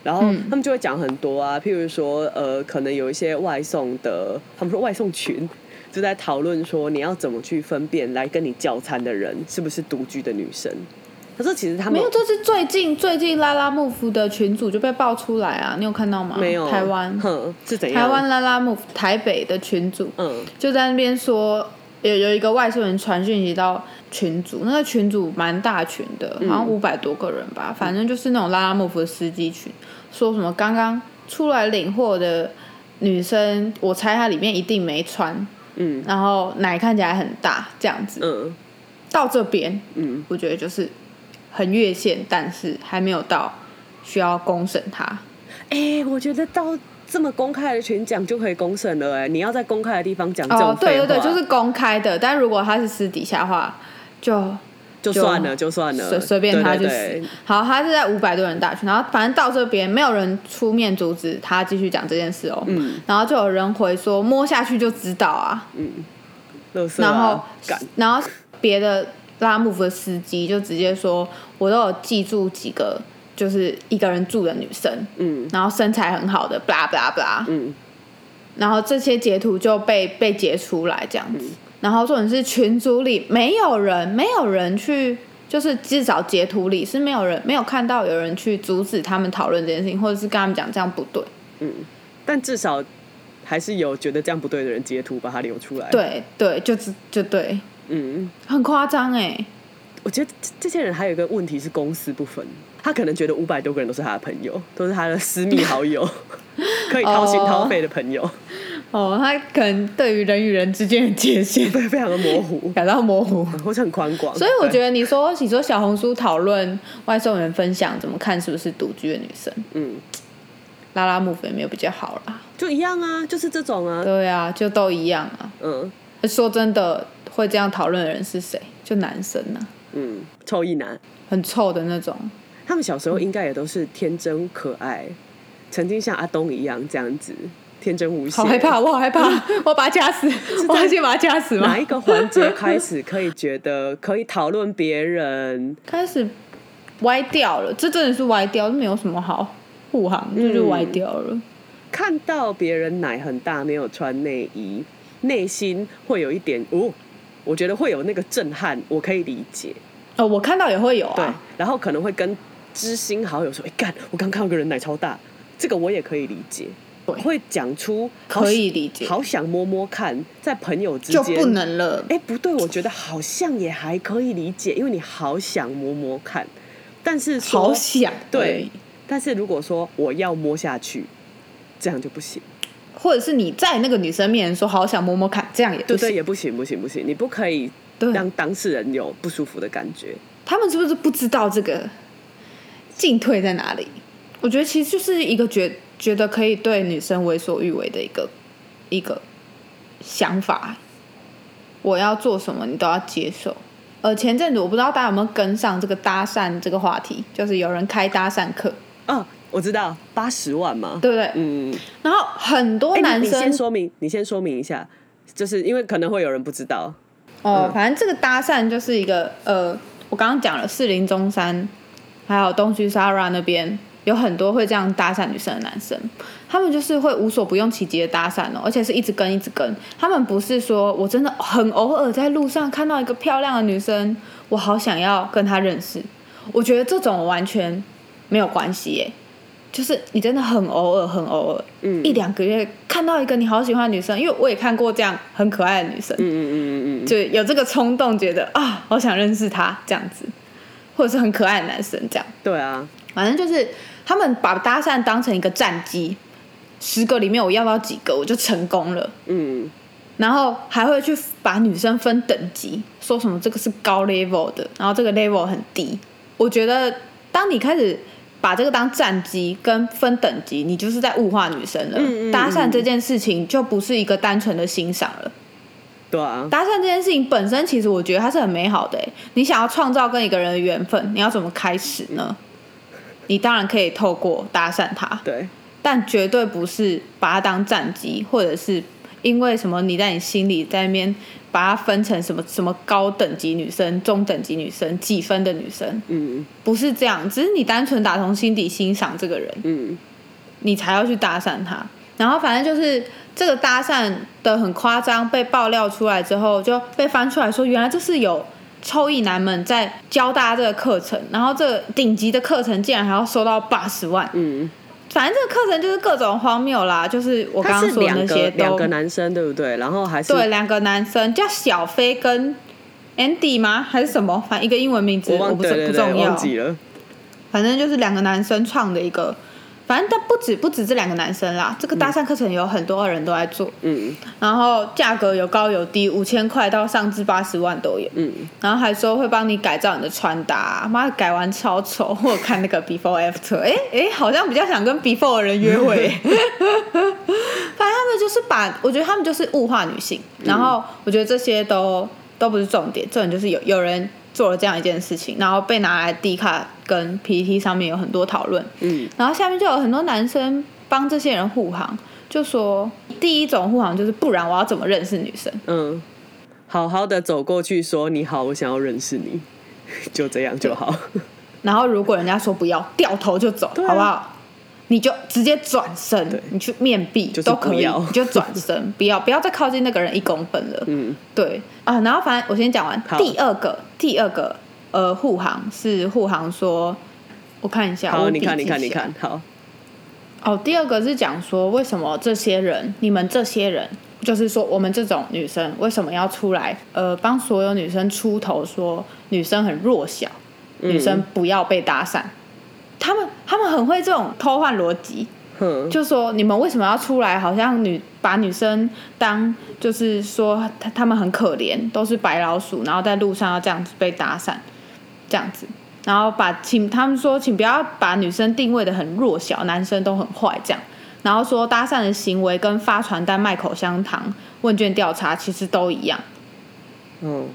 Speaker 3: 然后
Speaker 2: 嗯
Speaker 3: 他们就会讲很多啊，譬如说，呃，可能有一些外送的，他们说外送群就在讨论说，你要怎么去分辨来跟你叫餐的人是不是独居的女生。可是其实他们
Speaker 2: 没有，这是最近最近拉拉木夫的群组就被爆出来啊，你有看到吗？
Speaker 3: 没有
Speaker 2: 台湾
Speaker 3: 哼是怎样？
Speaker 2: 台湾拉拉木夫台北的群组
Speaker 3: 嗯
Speaker 2: 就在那边说。有有一个外送员传讯息到群组，那个群组蛮大群的，好像五百多个人吧，反正就是那种拉拉木夫的司机群，说什么刚刚出来领货的女生，我猜她里面一定没穿，
Speaker 3: 嗯
Speaker 2: 然后奶看起来很大，这样子。
Speaker 3: 嗯
Speaker 2: 到这边，
Speaker 3: 嗯，
Speaker 2: 我觉得就是很越线，但是还没有到需要公审他。
Speaker 3: 哎、我觉得到这么公开的群讲就可以公审了、哎，你要在公开的地方讲这种
Speaker 2: 哦，对
Speaker 3: 废话
Speaker 2: 对对，就是公开的，但如果他是私底下的话，就
Speaker 3: 就算了，就算了，
Speaker 2: 随随便他
Speaker 3: 对
Speaker 2: 就
Speaker 3: 对
Speaker 2: 死。
Speaker 3: 对
Speaker 2: 好，他是在五百多人大群，然后反正到这边没有人出面阻止他继续讲这件事哦。
Speaker 3: 嗯
Speaker 2: 然后就有人回说摸下去就知道啊，
Speaker 3: 垃圾啊
Speaker 2: 然后
Speaker 3: 敢，
Speaker 2: 然后别的拉幕夫的司机就直接说，我都有记住几个就是一个人住的女生，
Speaker 3: 嗯
Speaker 2: 然后身材很好的，b 拉 a 拉 b 拉，
Speaker 3: 嗯
Speaker 2: 然后这些截图就被被截出来这样子。然后重点是群组里没有人，没有人去就是至少截图里是没有人没有看到有人去阻止他们讨论这件事情，或者是跟他们讲这样不对。
Speaker 3: 嗯，但至少还是有觉得这样不对的人截图把它留出来。，
Speaker 2: 对对，就是就对，
Speaker 3: 嗯，
Speaker 2: 很夸张哎。
Speaker 3: 我觉得这这些人还有一个问题是公私不分，他可能觉得五百多个人都是他的朋友，都是他的私密好友，可以掏心掏肺的朋友，
Speaker 2: 哦，他可能对于人与人之间的界限
Speaker 3: 对，非常的模糊，
Speaker 2: 感到模糊。
Speaker 3: 或是很宽广。
Speaker 2: 所以我觉
Speaker 3: 得，
Speaker 2: 得你说你说小红书讨论外送员分享怎么看是不是独居的女生，
Speaker 3: 嗯，
Speaker 2: 拉拉木也没有比较好啦。
Speaker 3: 就一样啊，就是这种啊，
Speaker 2: 对啊，就都一样啊。
Speaker 3: 嗯
Speaker 2: 说真的，会这样讨论的人是谁？就男生啊，
Speaker 3: 嗯，臭一男，
Speaker 2: 很臭的那种。
Speaker 3: 他们小时候应该也都是天真可爱，曾经像阿东一样这样子天真无邪。
Speaker 2: 好害怕，！我好害怕，我要把他掐死，我要先把他掐死吗
Speaker 3: 嗯哪？一个环节开始可以觉得可以讨论别人？
Speaker 2: 开始歪掉了，这真的是歪掉，没有什么好护航，
Speaker 3: 嗯
Speaker 2: 这就歪掉了。
Speaker 3: 看到别人奶很大没有穿内衣，内心会有一点哦，我觉得会有那个震撼，我可以理解。
Speaker 2: 哦，我看到也会有
Speaker 3: 对
Speaker 2: 啊，，
Speaker 3: 然后可能会跟知心好友说：“哎、干，我刚看到一个人奶超大，这个我也可以理解。”
Speaker 2: 对
Speaker 3: 会讲出好
Speaker 2: 可以理解，
Speaker 3: 好想摸摸看，在朋友之
Speaker 2: 就
Speaker 3: 间
Speaker 2: 不能了。
Speaker 3: 哎、不对，我觉得好像也还可以理解，因为你好想摸摸看，但是说
Speaker 2: 好想
Speaker 3: 对，但是如果说我要摸下去，这样就不行，
Speaker 2: 或者是你在那个女生面前说好想摸摸看，这样也
Speaker 3: 对
Speaker 2: 不
Speaker 3: 对，
Speaker 2: 行。
Speaker 3: 也不行，不行，不行，你不可以
Speaker 2: 对
Speaker 3: 让当事人有不舒服的感觉。
Speaker 2: 他们是不是不知道这个进退在哪里？我觉得其实就是一个觉觉得可以对女生为所欲为的一个一个想法。我要做什么，你都要接受。呃，前阵子我不知道大家有没有跟上这个搭讪这个话题，就是有人开搭讪课，
Speaker 3: 啊，我知道八十万嘛，
Speaker 2: 对不对？
Speaker 3: 嗯，
Speaker 2: 然后很多
Speaker 3: 哎、
Speaker 2: 男
Speaker 3: 你你
Speaker 2: 生
Speaker 3: 先说明，你先说明一下，就是因为可能会有人不知道，
Speaker 2: 哦，
Speaker 3: 嗯
Speaker 2: 反正这个搭讪就是一个呃，我刚刚讲了士林中山，还有东区 Sara 那边有很多会这样搭讪女生的男生，他们就是会无所不用其极的搭讪哦，而且是一直跟一直跟。他们不是说我真的很偶尔在路上看到一个漂亮的女生，我好想要跟她认识。我觉得这种完全没有关系耶，就是你真的很偶尔很偶尔，
Speaker 3: 嗯
Speaker 2: 一两个月看到一个你好喜欢的女生，因为我也看过这样很可爱的女生，
Speaker 3: 嗯嗯嗯嗯嗯，
Speaker 2: 就有这个冲动，觉得啊，我想认识他这样子，或者是很可爱的男生这样。
Speaker 3: 对啊，
Speaker 2: 反正就是他们把搭讪当成一个战机，十个里面我要到几个我就成功了，
Speaker 3: 嗯，
Speaker 2: 然后还会去把女生分等级，说什么这个是高 level 的，然后这个 level 很低。我觉得当你开始把这个当战机跟分等级，你就是在物化女生了。
Speaker 3: 嗯嗯嗯
Speaker 2: 搭讪这件事情就不是一个单纯的欣赏了。
Speaker 3: 对啊，
Speaker 2: 搭讪这件事情本身，其实我觉得它是很美好的欸。你想要创造跟一个人的缘分，你要怎么开始呢？你当然可以透过搭讪他，
Speaker 3: 对，
Speaker 2: 但绝对不是把它当战机，或者是因为什么你在你心里在那边把它分成什么什么高等级女生、中等级女生、几分的女生，
Speaker 3: 嗯
Speaker 2: 不是这样，只是你单纯打从心底欣赏这个人。
Speaker 3: 嗯
Speaker 2: 你才要去搭讪他。然后反正就是这个搭讪的很夸张，被爆料出来之后就被翻出来说，原来这是有臭意男们在教大家这个课程，然后这个顶级的课程竟然还要收到八十万。
Speaker 3: 嗯，
Speaker 2: 反正这个课程就是各种荒谬啦，就是我刚
Speaker 3: 他
Speaker 2: 刚
Speaker 3: 是
Speaker 2: 说的
Speaker 3: 两
Speaker 2: 那
Speaker 3: 个
Speaker 2: 些
Speaker 3: 两
Speaker 2: 都
Speaker 3: 个男生对不对？然后还是
Speaker 2: 对，两个男生叫小飞跟 Andy 吗？还是什么？反正一个英文名字，
Speaker 3: 我
Speaker 2: 我
Speaker 3: 忘
Speaker 2: 不是
Speaker 3: 对对
Speaker 2: 不
Speaker 3: 对
Speaker 2: 重要
Speaker 3: 忘。记了，
Speaker 2: 反正就是两个男生创的一个，反正但不止不止这两个男生啦，这个搭讪课程有很多人都在做，
Speaker 3: 嗯
Speaker 2: 然后价格有高有低，五千块到上至八十万都有，
Speaker 3: 嗯，
Speaker 2: 然后还说会帮你改造你的穿搭，妈的改完超丑，我有看那个 before after，哎哎、诶好像比较想跟 before 的人约会，反正他们就是把，我觉得他们就是物化女性，然后我觉得这些都都不是重点，重点就是有有人做了这样一件事情，然后被拿来 D 卡跟 PPT 上面有很多讨论，
Speaker 3: 嗯，
Speaker 2: 然后下面就有很多男生帮这些人护航，就说第一种护航就是不然我要怎么认识女生？
Speaker 3: 嗯，好好的走过去说你好，我想要认识你，就这样就好。
Speaker 2: 然后如果人家说不要，掉头就走，
Speaker 3: 对啊
Speaker 2: 好不好？你就直接转身
Speaker 3: 对，
Speaker 2: 你去面壁
Speaker 3: 就是
Speaker 2: 都可
Speaker 3: 不
Speaker 2: 以，
Speaker 3: 要
Speaker 2: 你就转 身，不要不要再靠近那个人一公分了。
Speaker 3: 嗯
Speaker 2: 对啊，然后反正我先讲完
Speaker 3: 好
Speaker 2: 第二个，第二个呃护航，是护航说，我看一下，
Speaker 3: 好，
Speaker 2: 我
Speaker 3: 你看，
Speaker 2: 笔
Speaker 3: 你
Speaker 2: 记
Speaker 3: 看，你
Speaker 2: 下
Speaker 3: 看，好，
Speaker 2: 哦，第二个是讲说为什么这些人，你们这些人，就是说我们这种女生为什么要出来，呃，帮所有女生出头说女生很弱小，
Speaker 3: 嗯
Speaker 2: 女生不要被搭讪。他们他们很会这种偷换逻辑，
Speaker 3: 嗯哼，
Speaker 2: 就说你们为什么要出来？好像女把女生当就是说她她们很可怜，都是白老鼠，然后在路上要这样子被打散，这样子，然后把请他们说，请不要把女生定位的很弱小，男生都很坏这样。然后说搭讪的行为跟发传单、卖口香糖、问卷调查其实都一样，
Speaker 3: 嗯，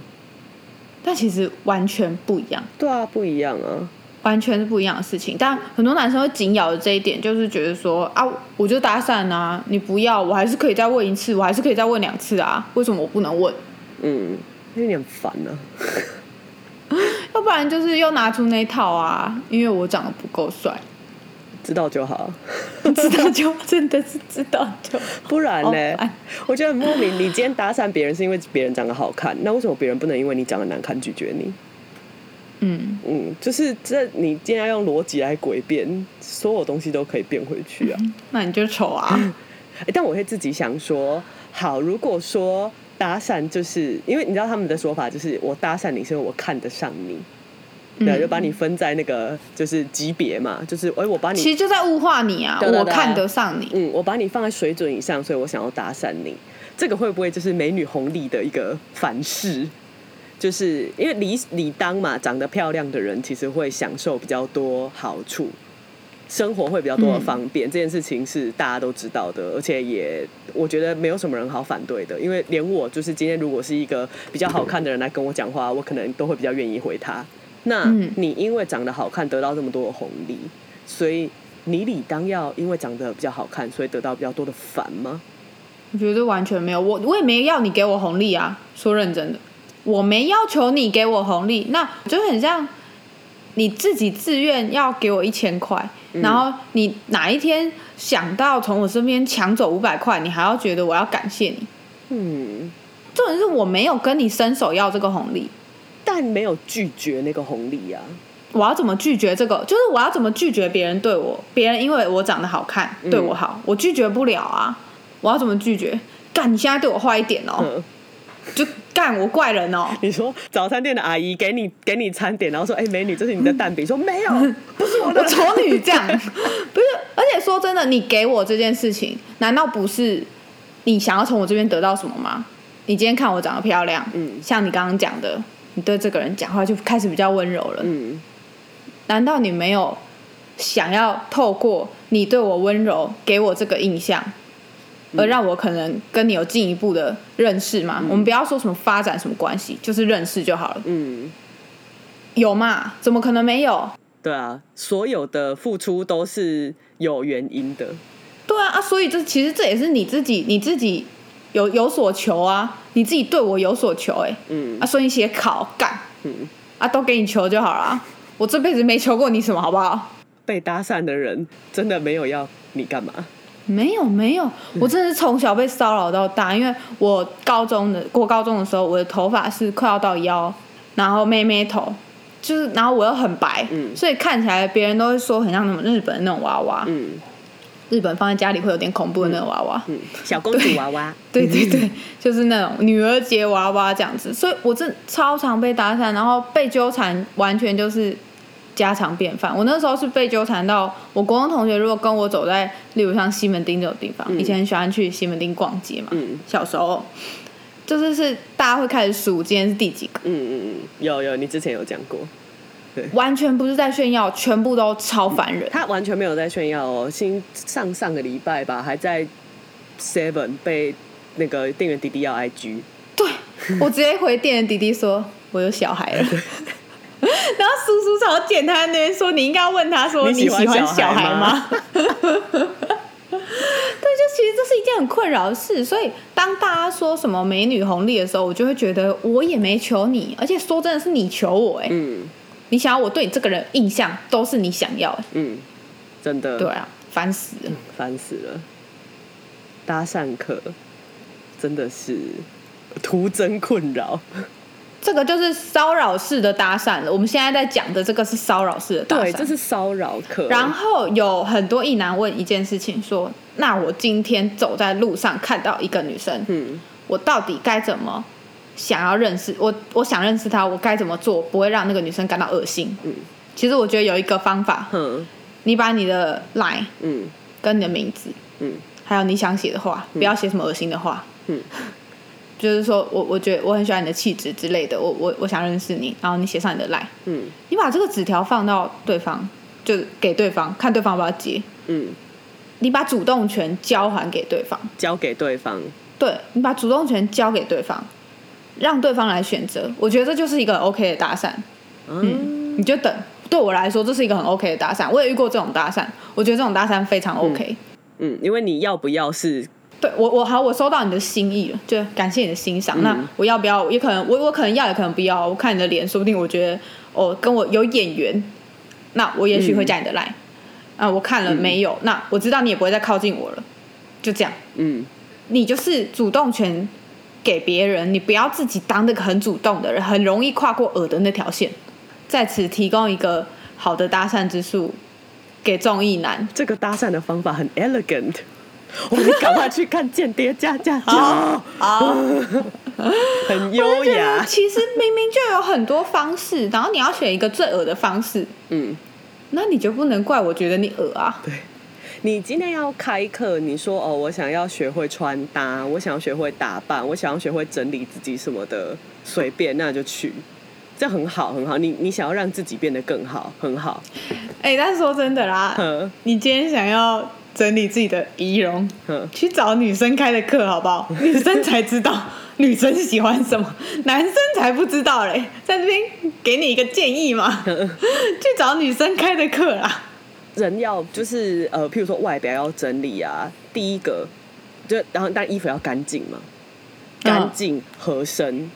Speaker 2: 但其实完全不一样。
Speaker 3: 对啊，不一样啊，
Speaker 2: 完全是不一样的事情。但很多男生会紧咬着这一点，就是觉得说啊，我就搭讪啊，你不要，我还是可以再问一次，我还是可以再问两次啊，为什么我不能问？
Speaker 3: 嗯，有点烦啊，
Speaker 2: 要不然就是又拿出那一套啊，因为我长得不够帅，
Speaker 3: 知道就好，
Speaker 2: 知道就真的是知道就
Speaker 3: 不然
Speaker 2: 好
Speaker 3: 呢？
Speaker 2: 烦
Speaker 3: 我觉得很莫名，你今天搭讪别人是因为别人长得好看，那为什么别人不能因为你长得难看拒绝你？
Speaker 2: 嗯，
Speaker 3: 嗯，就是这，你今天要用逻辑来诡辩，所有东西都可以变回去啊。
Speaker 2: 那你就丑啊，
Speaker 3: 欸但我会自己想说，好，如果说搭讪就是因为你知道他们的说法就是我搭讪你是因为我看得上你，对啊，
Speaker 2: 嗯
Speaker 3: 就把你分在那个就是级别嘛，就是哎、我把
Speaker 2: 其
Speaker 3: 你
Speaker 2: 实就在物化你啊，
Speaker 3: 对对对
Speaker 2: 我看得上你，
Speaker 3: 嗯，我把你放在水准以上，所以我想要搭讪你。这个会不会就是美女红利的一个反噬？就是因为理理当嘛，长得漂亮的人其实会享受比较多好处，生活会比较多的方便。这件事情是大家都知道的，而且也我觉得没有什么人好反对的。因为连我就是今天如果是一个比较好看的人来跟我讲话，我可能都会比较愿意回他。那
Speaker 2: 嗯
Speaker 3: 你因为长得好看得到这么多的红利，所以你理当要因为长得比较好看，所以得到比较多的烦吗？
Speaker 2: 我觉得完全没有，我我也没要你给我红利啊。说认真的，我没要求你给我红利，那就很像你自己自愿要给我一千块，然后你哪一天想到从我身边抢走五百块，你还要觉得我要感谢你。
Speaker 3: 嗯，
Speaker 2: 重点是我没有跟你伸手要这个红利，
Speaker 3: 但没有拒绝那个红利啊。
Speaker 2: 我要怎么拒绝这个？就是我要怎么拒绝别人对我，别人因为我长得好看对我好，我拒绝不了啊。我要怎么拒绝？干，你现在对我坏一点哦，
Speaker 3: 嗯，
Speaker 2: 就干我怪人哦。
Speaker 3: 你说早餐店的阿姨给你给你餐点，然后说：“哎、美女，这是你的蛋饼。”说：“ 没有，不是我的。
Speaker 2: 我丑 女这样，不是？而且说真的，你给我这件事情，难道不是你想要从我这边得到什么吗？你今天看我长得漂亮，
Speaker 3: 嗯
Speaker 2: 像你刚刚讲的，你对这个人讲话就开始比较温柔了。
Speaker 3: 嗯
Speaker 2: 难道你没有想要透过你对我温柔，给我这个印象，
Speaker 3: 嗯
Speaker 2: 而让我可能跟你有进一步的认识吗？我们不要说什么发展什么关系，就是认识就好了”。
Speaker 3: 嗯，
Speaker 2: 有嘛？怎么可能没有？
Speaker 3: 对啊，所有的付出都是有原因的。
Speaker 2: 对啊，啊，所以这其实这也是你自己你自己有有所求啊，你自己对我有所求、欸，哎、
Speaker 3: 嗯
Speaker 2: 啊，所以你写考干
Speaker 3: 嗯，
Speaker 2: 啊，都给你求就好了。我这辈子没求过你什么，好不好？
Speaker 3: 被搭讪的人真的没有要你干嘛。
Speaker 2: 没有没有，我真的是从小被骚扰到大，因为我高中的过高中的时候，我的头发是快要到腰，然后妹妹头，就是然后我又很白，
Speaker 3: 嗯
Speaker 2: 所以看起来别人都会说很像那种日本那种娃娃，
Speaker 3: 嗯
Speaker 2: 日本放在家里会有点恐怖的那种娃娃，
Speaker 3: 嗯，小公主娃娃。
Speaker 2: 对对对，就是那种女儿节娃娃这样子，所以我真的超常被搭讪，然后被纠缠，完全就是家常便饭。我那时候是被纠缠到，我国中同学如果跟我走在，例如像西门町这种地方，以前很喜欢去西门町逛街嘛，
Speaker 3: 嗯
Speaker 2: 小时候就是是大家会开始数今天是第几个，
Speaker 3: 嗯嗯嗯，有有，你之前有讲过。
Speaker 2: 完全不是在炫耀，全部都超烦人。
Speaker 3: 他完全没有在炫耀哦，新上上个礼拜吧，还在 Seven 被那个店员弟弟要 IG，
Speaker 2: 对我直接回店员弟弟说我有小 孩了。然后叔叔超简单，他在那边说你应该要问他说
Speaker 3: 你喜
Speaker 2: 喜
Speaker 3: 欢
Speaker 2: 欢
Speaker 3: 小
Speaker 2: 小
Speaker 3: 孩
Speaker 2: 孩
Speaker 3: 吗
Speaker 2: 吗？对， 就其实这是一件很困扰的事，所以当大家说什么美女红利的时候，我就会觉得我也没求你，而且说真的是你求我哎、
Speaker 3: 嗯
Speaker 2: 你想要我对你这个人的印象都是你想要哎、
Speaker 3: 嗯，真的，
Speaker 2: 对，啊，烦死了，
Speaker 3: 烦死了，搭讪客真的是徒增困扰，
Speaker 2: 这个就是骚扰式的搭讪了。我们现在在讲的这个是骚扰式的搭讪，
Speaker 3: 对，这是骚扰课。
Speaker 2: 然后有很多一男问一件事情说：“那我今天走在路上看到一个女生，
Speaker 3: 嗯，
Speaker 2: 我到底该怎么想要认识我？我想认识她，我该怎么做不会让那个女生感到恶心？”
Speaker 3: 嗯，
Speaker 2: 其实我觉得有一个方法，
Speaker 3: 哼，
Speaker 2: 你把你的 line
Speaker 3: 嗯
Speaker 2: 跟你的名字，
Speaker 3: 嗯
Speaker 2: 还有你想写的话，不要写什么恶心的话。
Speaker 3: 嗯，
Speaker 2: 就是说我我觉得我很喜欢你的气质之类的，我我我想认识你，然后你写上你的 line，
Speaker 3: 嗯
Speaker 2: 你把这个纸条放到对方，就给对方看对方要不要接，
Speaker 3: 嗯，
Speaker 2: 你把主动权交还给对方，
Speaker 3: 交给对方，
Speaker 2: 对你把主动权交给对方，让对方来选择，我觉得这就是一个 OK 的搭讪，
Speaker 3: 嗯，
Speaker 2: 你就等。对我来说，这是一个很 OK 的搭讪，我也遇过这种搭讪，我觉得这种搭讪非常 OK。
Speaker 3: 嗯，因为你要不要是
Speaker 2: 对我，我好，我收到你的心意了，就感谢你的欣赏。那我要不要？也可能我我可能要，也可能不要。我看你的脸，说不定我觉得哦，跟我有眼缘，那我也许会加你的 line、啊，我看了没有？那我知道你也不会再靠近我了，就这样。
Speaker 3: 嗯
Speaker 2: 你就是主动权给别人，你不要自己当那个很主动的人，很容易跨过耳的那条线。在此提供一个好的搭讪之术给众意男。
Speaker 3: 这个搭讪的方法很 elegant。我们赶快去看《间谍加加加》很优雅。
Speaker 2: 其实明明就有很多方式，然后你要选一个最恶的方式，
Speaker 3: 嗯，
Speaker 2: 那你就不能怪我觉得你恶啊。
Speaker 3: 你今天要开课，你说哦，我想要学会穿搭，我想要学会打扮，我想要学会整理自己什么的，随便那就去，这很好很好。你你想要让自己变得更好，很好。
Speaker 2: 哎、但是说真的啦，
Speaker 3: 呵
Speaker 2: 你今天想要整理自己的仪容，
Speaker 3: 呵，
Speaker 2: 去找女生开的课好不 好？女生才知道 女生喜欢什么，男生才不知道嘞。在这边给你一个建议 嘛，去找女生开的课啦。
Speaker 3: 人要就是呃，譬如说外表要整理啊，第一个就然后但衣服要干净嘛，
Speaker 2: 嗯
Speaker 3: 干净合身。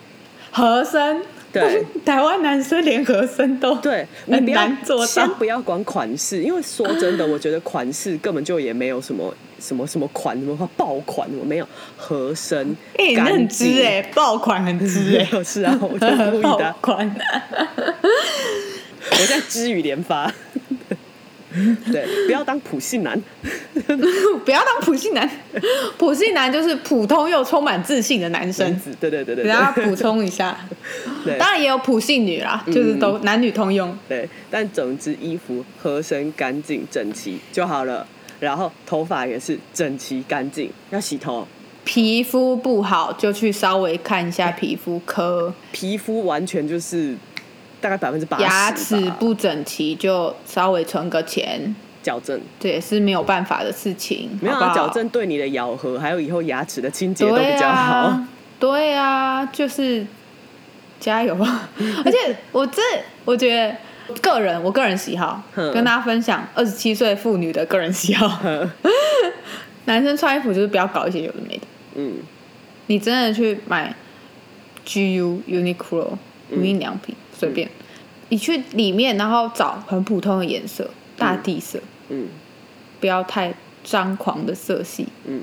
Speaker 2: 和声，
Speaker 3: 对，
Speaker 2: 台湾男生连和声都
Speaker 3: 对，你
Speaker 2: 很
Speaker 3: 不要
Speaker 2: 难做到
Speaker 3: 先不要管款式，因为说真的，我觉得款式根本就也没有什么什么什么款，什么爆款，我没有合身，
Speaker 2: 哎、你
Speaker 3: 干
Speaker 2: 很知
Speaker 3: 净
Speaker 2: 哎、爆款很知哎、
Speaker 3: 是 啊， 我就故意的啊，
Speaker 2: 款。
Speaker 3: 我在知语连发。对，不要当普信男，
Speaker 2: 不要当普信男， 普信男就是普通又充满自信的男
Speaker 3: 男
Speaker 2: 生。
Speaker 3: 子，对对 对对
Speaker 2: 给大家
Speaker 3: 对
Speaker 2: 补充一下，
Speaker 3: 对嗯
Speaker 2: 当然也有普信女啦，就是都男女通用。
Speaker 3: 对，但总之衣服合身、干净、整齐就好了。然后头发也是整齐干净，要洗头，
Speaker 2: 皮肤不好就去稍微看一下皮肤科，
Speaker 3: 皮肤完全就是大概百分之八十，
Speaker 2: 牙齿不整齐就稍微存个钱，
Speaker 3: 矫正，
Speaker 2: 这也是没有办法的事情，
Speaker 3: 没有
Speaker 2: 好不
Speaker 3: 啊，
Speaker 2: 好
Speaker 3: 矫正对你的咬合还有以后牙齿的清洁都比较好。
Speaker 2: 对啊，对啊就是加油 啊！而且我这我觉得。个人，我个人喜 好，
Speaker 3: 嗯
Speaker 2: 跟大家分享二十七岁妇女的个人喜好。
Speaker 3: 嗯
Speaker 2: 男生穿衣服就是不要搞一些有的没的，
Speaker 3: 嗯
Speaker 2: 你真的去买 GU、Uniqlo、无
Speaker 3: 嗯
Speaker 2: 印良品，随便，你去里面然后找很普通的颜色，大地色，
Speaker 3: 嗯
Speaker 2: 不要太张狂的色系，
Speaker 3: 嗯，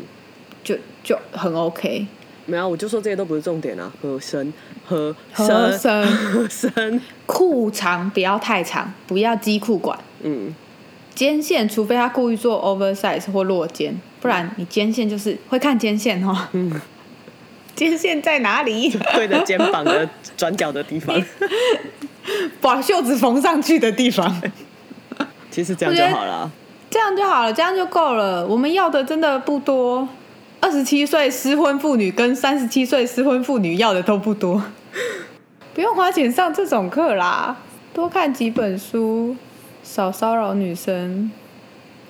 Speaker 2: 就就很 OK。
Speaker 3: 没有啊，我就说这些都不是重点啊。合身，合
Speaker 2: 合
Speaker 3: 身，
Speaker 2: 身
Speaker 3: 合身，
Speaker 2: 裤长不要太长，不要鸡裤管。
Speaker 3: 嗯
Speaker 2: 肩线，除非他故意做 oversize 或落肩，不然你肩线就是会看肩线哦。
Speaker 3: 嗯，
Speaker 2: 肩线在哪里？
Speaker 3: 对着肩膀的转角的地方，
Speaker 2: 把袖子缝上去的地方，
Speaker 3: 其实这样就好了啊。
Speaker 2: 这样就好了，这样就够了。我们要的真的不多，二十七岁失婚妇女跟三十七岁失婚妇女要的都不多， 不用花钱上这种课啦，多看几本书，少骚扰女生。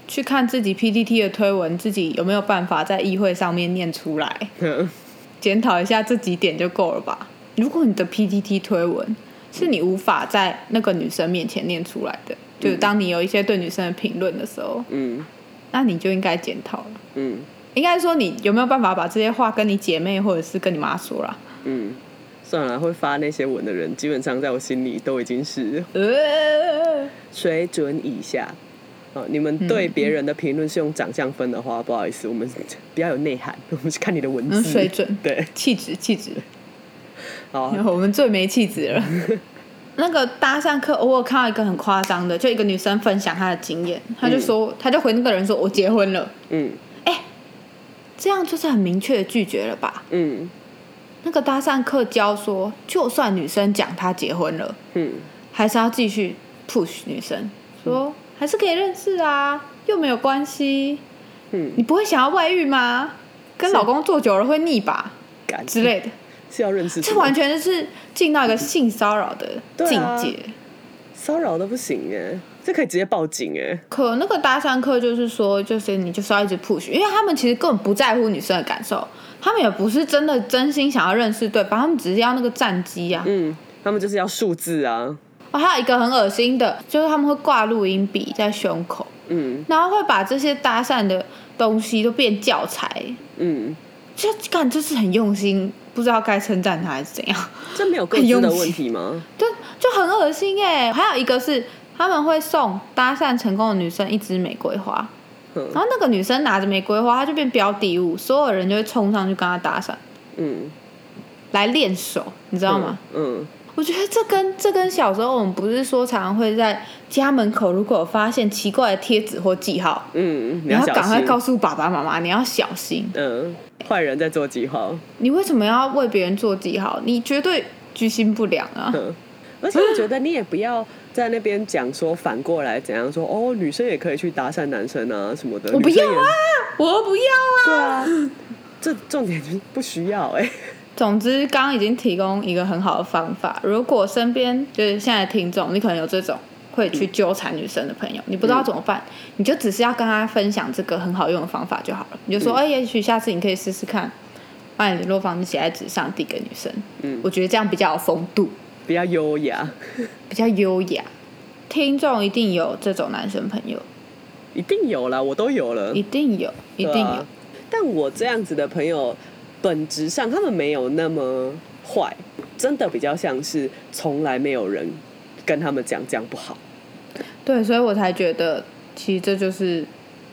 Speaker 2: 去看自己 PPT 的推文，自己有没有办法在议会上面念出来？
Speaker 3: 嗯
Speaker 2: 检讨一下这几点就够了吧。如果你的 PTT 推文是你无法在那个女生面前念出来的，就是当你有一些对女生的评论的时候，
Speaker 3: 嗯
Speaker 2: 那你就应该检讨了。
Speaker 3: 嗯
Speaker 2: 应该说你有没有办法把这些话跟你姐妹或者是跟你妈说啦？
Speaker 3: 嗯，算了，会发那些文的人，基本上在我心里都已经是
Speaker 2: 呃，
Speaker 3: 水准以下。哦，你们对别人的评论是用长相分的话，不 好意思，我们不要有内涵，我们是看你的文
Speaker 2: 嗯嗯
Speaker 3: 字
Speaker 2: 水准 嗯
Speaker 3: 对，
Speaker 2: 气质气质，
Speaker 3: 好，
Speaker 2: 我们最没气质了。那个搭讪课，偶尔看到一个很夸张的，就一个女生分享她的经验，她就说，她就回那个人说：“我结婚了。
Speaker 3: 嗯”
Speaker 2: 这样就是很明确的拒绝了吧？
Speaker 3: 嗯
Speaker 2: 那个搭讪课教说，就算女生讲她结婚了，
Speaker 3: 嗯，
Speaker 2: 还是要继续 push 女生，说还是可以认识啊，又没有关系。
Speaker 3: 嗯，
Speaker 2: 你不会想要外遇吗？跟老公做久了会腻吧
Speaker 3: 感
Speaker 2: 之类的，
Speaker 3: 是要认识什
Speaker 2: 这
Speaker 3: 么，
Speaker 2: 完全就是进到一个性骚扰的
Speaker 3: 对
Speaker 2: 境
Speaker 3: 啊
Speaker 2: 界。
Speaker 3: 骚扰都不行哎，这可以直接报警哎。
Speaker 2: 可那个搭讪课就是说，就是你就是要一直 push，因为他们其实根本不在乎女生的感受，他们也不是真的真心想要认识对方，他们只是要那个战机啊。
Speaker 3: 嗯，他们就是要数字啊，
Speaker 2: 哦，还有一个很恶心的，就是他们会挂录音笔在胸口，
Speaker 3: 嗯
Speaker 2: 然后会把这些搭讪的东西都变教材，
Speaker 3: 嗯，
Speaker 2: 就干这是很用心，不知道该称赞他还是怎样，
Speaker 3: 这没有各
Speaker 2: 很
Speaker 3: 自
Speaker 2: 用
Speaker 3: 的
Speaker 2: 心
Speaker 3: 问题吗？
Speaker 2: 就就很恶心哎。还有一个是他们会送搭讪成功的女生一支玫瑰花，
Speaker 3: 嗯
Speaker 2: 然后那个女生拿着玫瑰花，她就变标的物，所有人就会冲上去跟她搭讪，
Speaker 3: 嗯，
Speaker 2: 来练手，你知
Speaker 3: 知
Speaker 2: 道吗？？
Speaker 3: 嗯，
Speaker 2: 我觉得这跟这跟小时候我们不是说常常会在家门口如果有发现奇怪的贴纸或记号，
Speaker 3: 嗯，
Speaker 2: 你要
Speaker 3: 小
Speaker 2: 赶快
Speaker 3: 心
Speaker 2: 告诉爸爸妈妈，你要小心。
Speaker 3: 嗯，坏人在做记号，
Speaker 2: 你为什么要为别人做记号？你绝对居心不良啊！
Speaker 3: 嗯，而且我觉得你也不要在那边讲说反过来怎样说哦，女生也可以去搭讪男生啊什么的，
Speaker 2: 我不
Speaker 3: 女生也
Speaker 2: 要啊，我不要啊！
Speaker 3: 对啊，这重点就是不需要哎、
Speaker 2: 总之，刚刚已经提供一个很好的方法。如果身边就是现在的听众，你可能有这种会去纠缠女生的朋友，你不知道怎么办，你就只是要跟他分享这个很好用的方法就好了。你就说，哎、也许下次你可以试试看，把你联络方式写在纸上递给女生。
Speaker 3: 嗯
Speaker 2: 我觉得这样比较有风度，
Speaker 3: 比较优雅，
Speaker 2: 比较优雅。听众一定有这种男生朋友，
Speaker 3: 一定有啦，我都有了，
Speaker 2: 一定有，一定
Speaker 3: 嗯对
Speaker 2: 有。
Speaker 3: 啊但我这样子的朋友，本质上他们没有那么坏，真的比较像是从来没有人跟他们讲这样不好。
Speaker 2: 对，所以我才觉得，其实这就是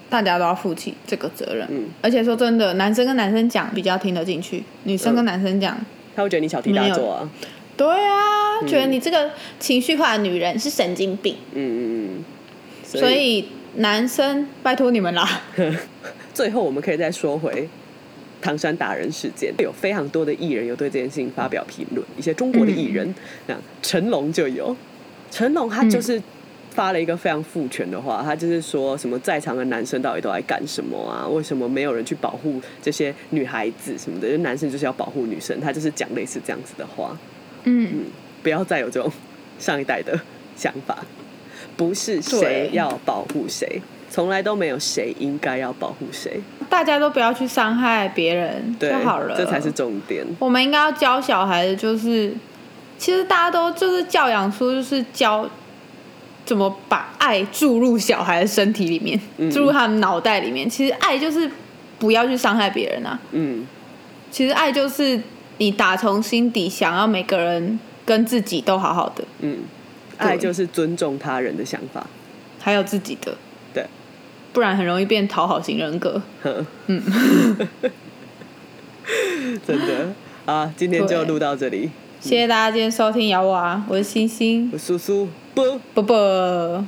Speaker 2: 大家都要负起这个责任。
Speaker 3: 嗯，
Speaker 2: 而且说真的，男生跟男生讲比较听得进去，女生
Speaker 3: 嗯
Speaker 2: 跟男生讲，
Speaker 3: 他会觉得你小题大做啊，
Speaker 2: 对啊，觉得你这个情绪化的女人是神经病，
Speaker 3: 嗯嗯嗯。所
Speaker 2: 所以男生拜托你们啦。
Speaker 3: 最后我们可以再说回唐山打人事件，有非常多的艺人有对这件事情发表评论，一些中国的艺人，那成龙就有，成龙他就是发了一个非常父权的话，他就是说什么在场的男生到底都在干什么啊？为什么没有人去保护这些女孩子什么的？就男生就是要保护女生，他就是讲类似这样子的话。
Speaker 2: 嗯，
Speaker 3: 不要再有这种上一代的 想法，不是谁
Speaker 2: 对
Speaker 3: 要保护谁，从来都没有谁应该要保护谁。
Speaker 2: 大家都不要去伤害别人
Speaker 3: 对
Speaker 2: 就，好了，
Speaker 3: 这才是重点。
Speaker 2: 我们应该要教小孩的就是，其实大家都就是教养书，就是教怎么把爱注入小孩的身体里面，
Speaker 3: 嗯
Speaker 2: 注入他的脑袋里面。其实爱就是不要去伤害别人啊，
Speaker 3: 嗯，
Speaker 2: 其实爱就是你打从心底想要每个人跟自己都好好的，
Speaker 3: 嗯爱就是尊重他人的想法。
Speaker 2: 还有自己的，
Speaker 3: 对，
Speaker 2: 不然很容易变讨好型人格。
Speaker 3: 嗯， 真的啊，今天就
Speaker 2: 对
Speaker 3: 录到这里。
Speaker 2: 谢谢大家今天收听咬我啊，我是星星，
Speaker 3: 我苏苏不。
Speaker 2: 啵啵。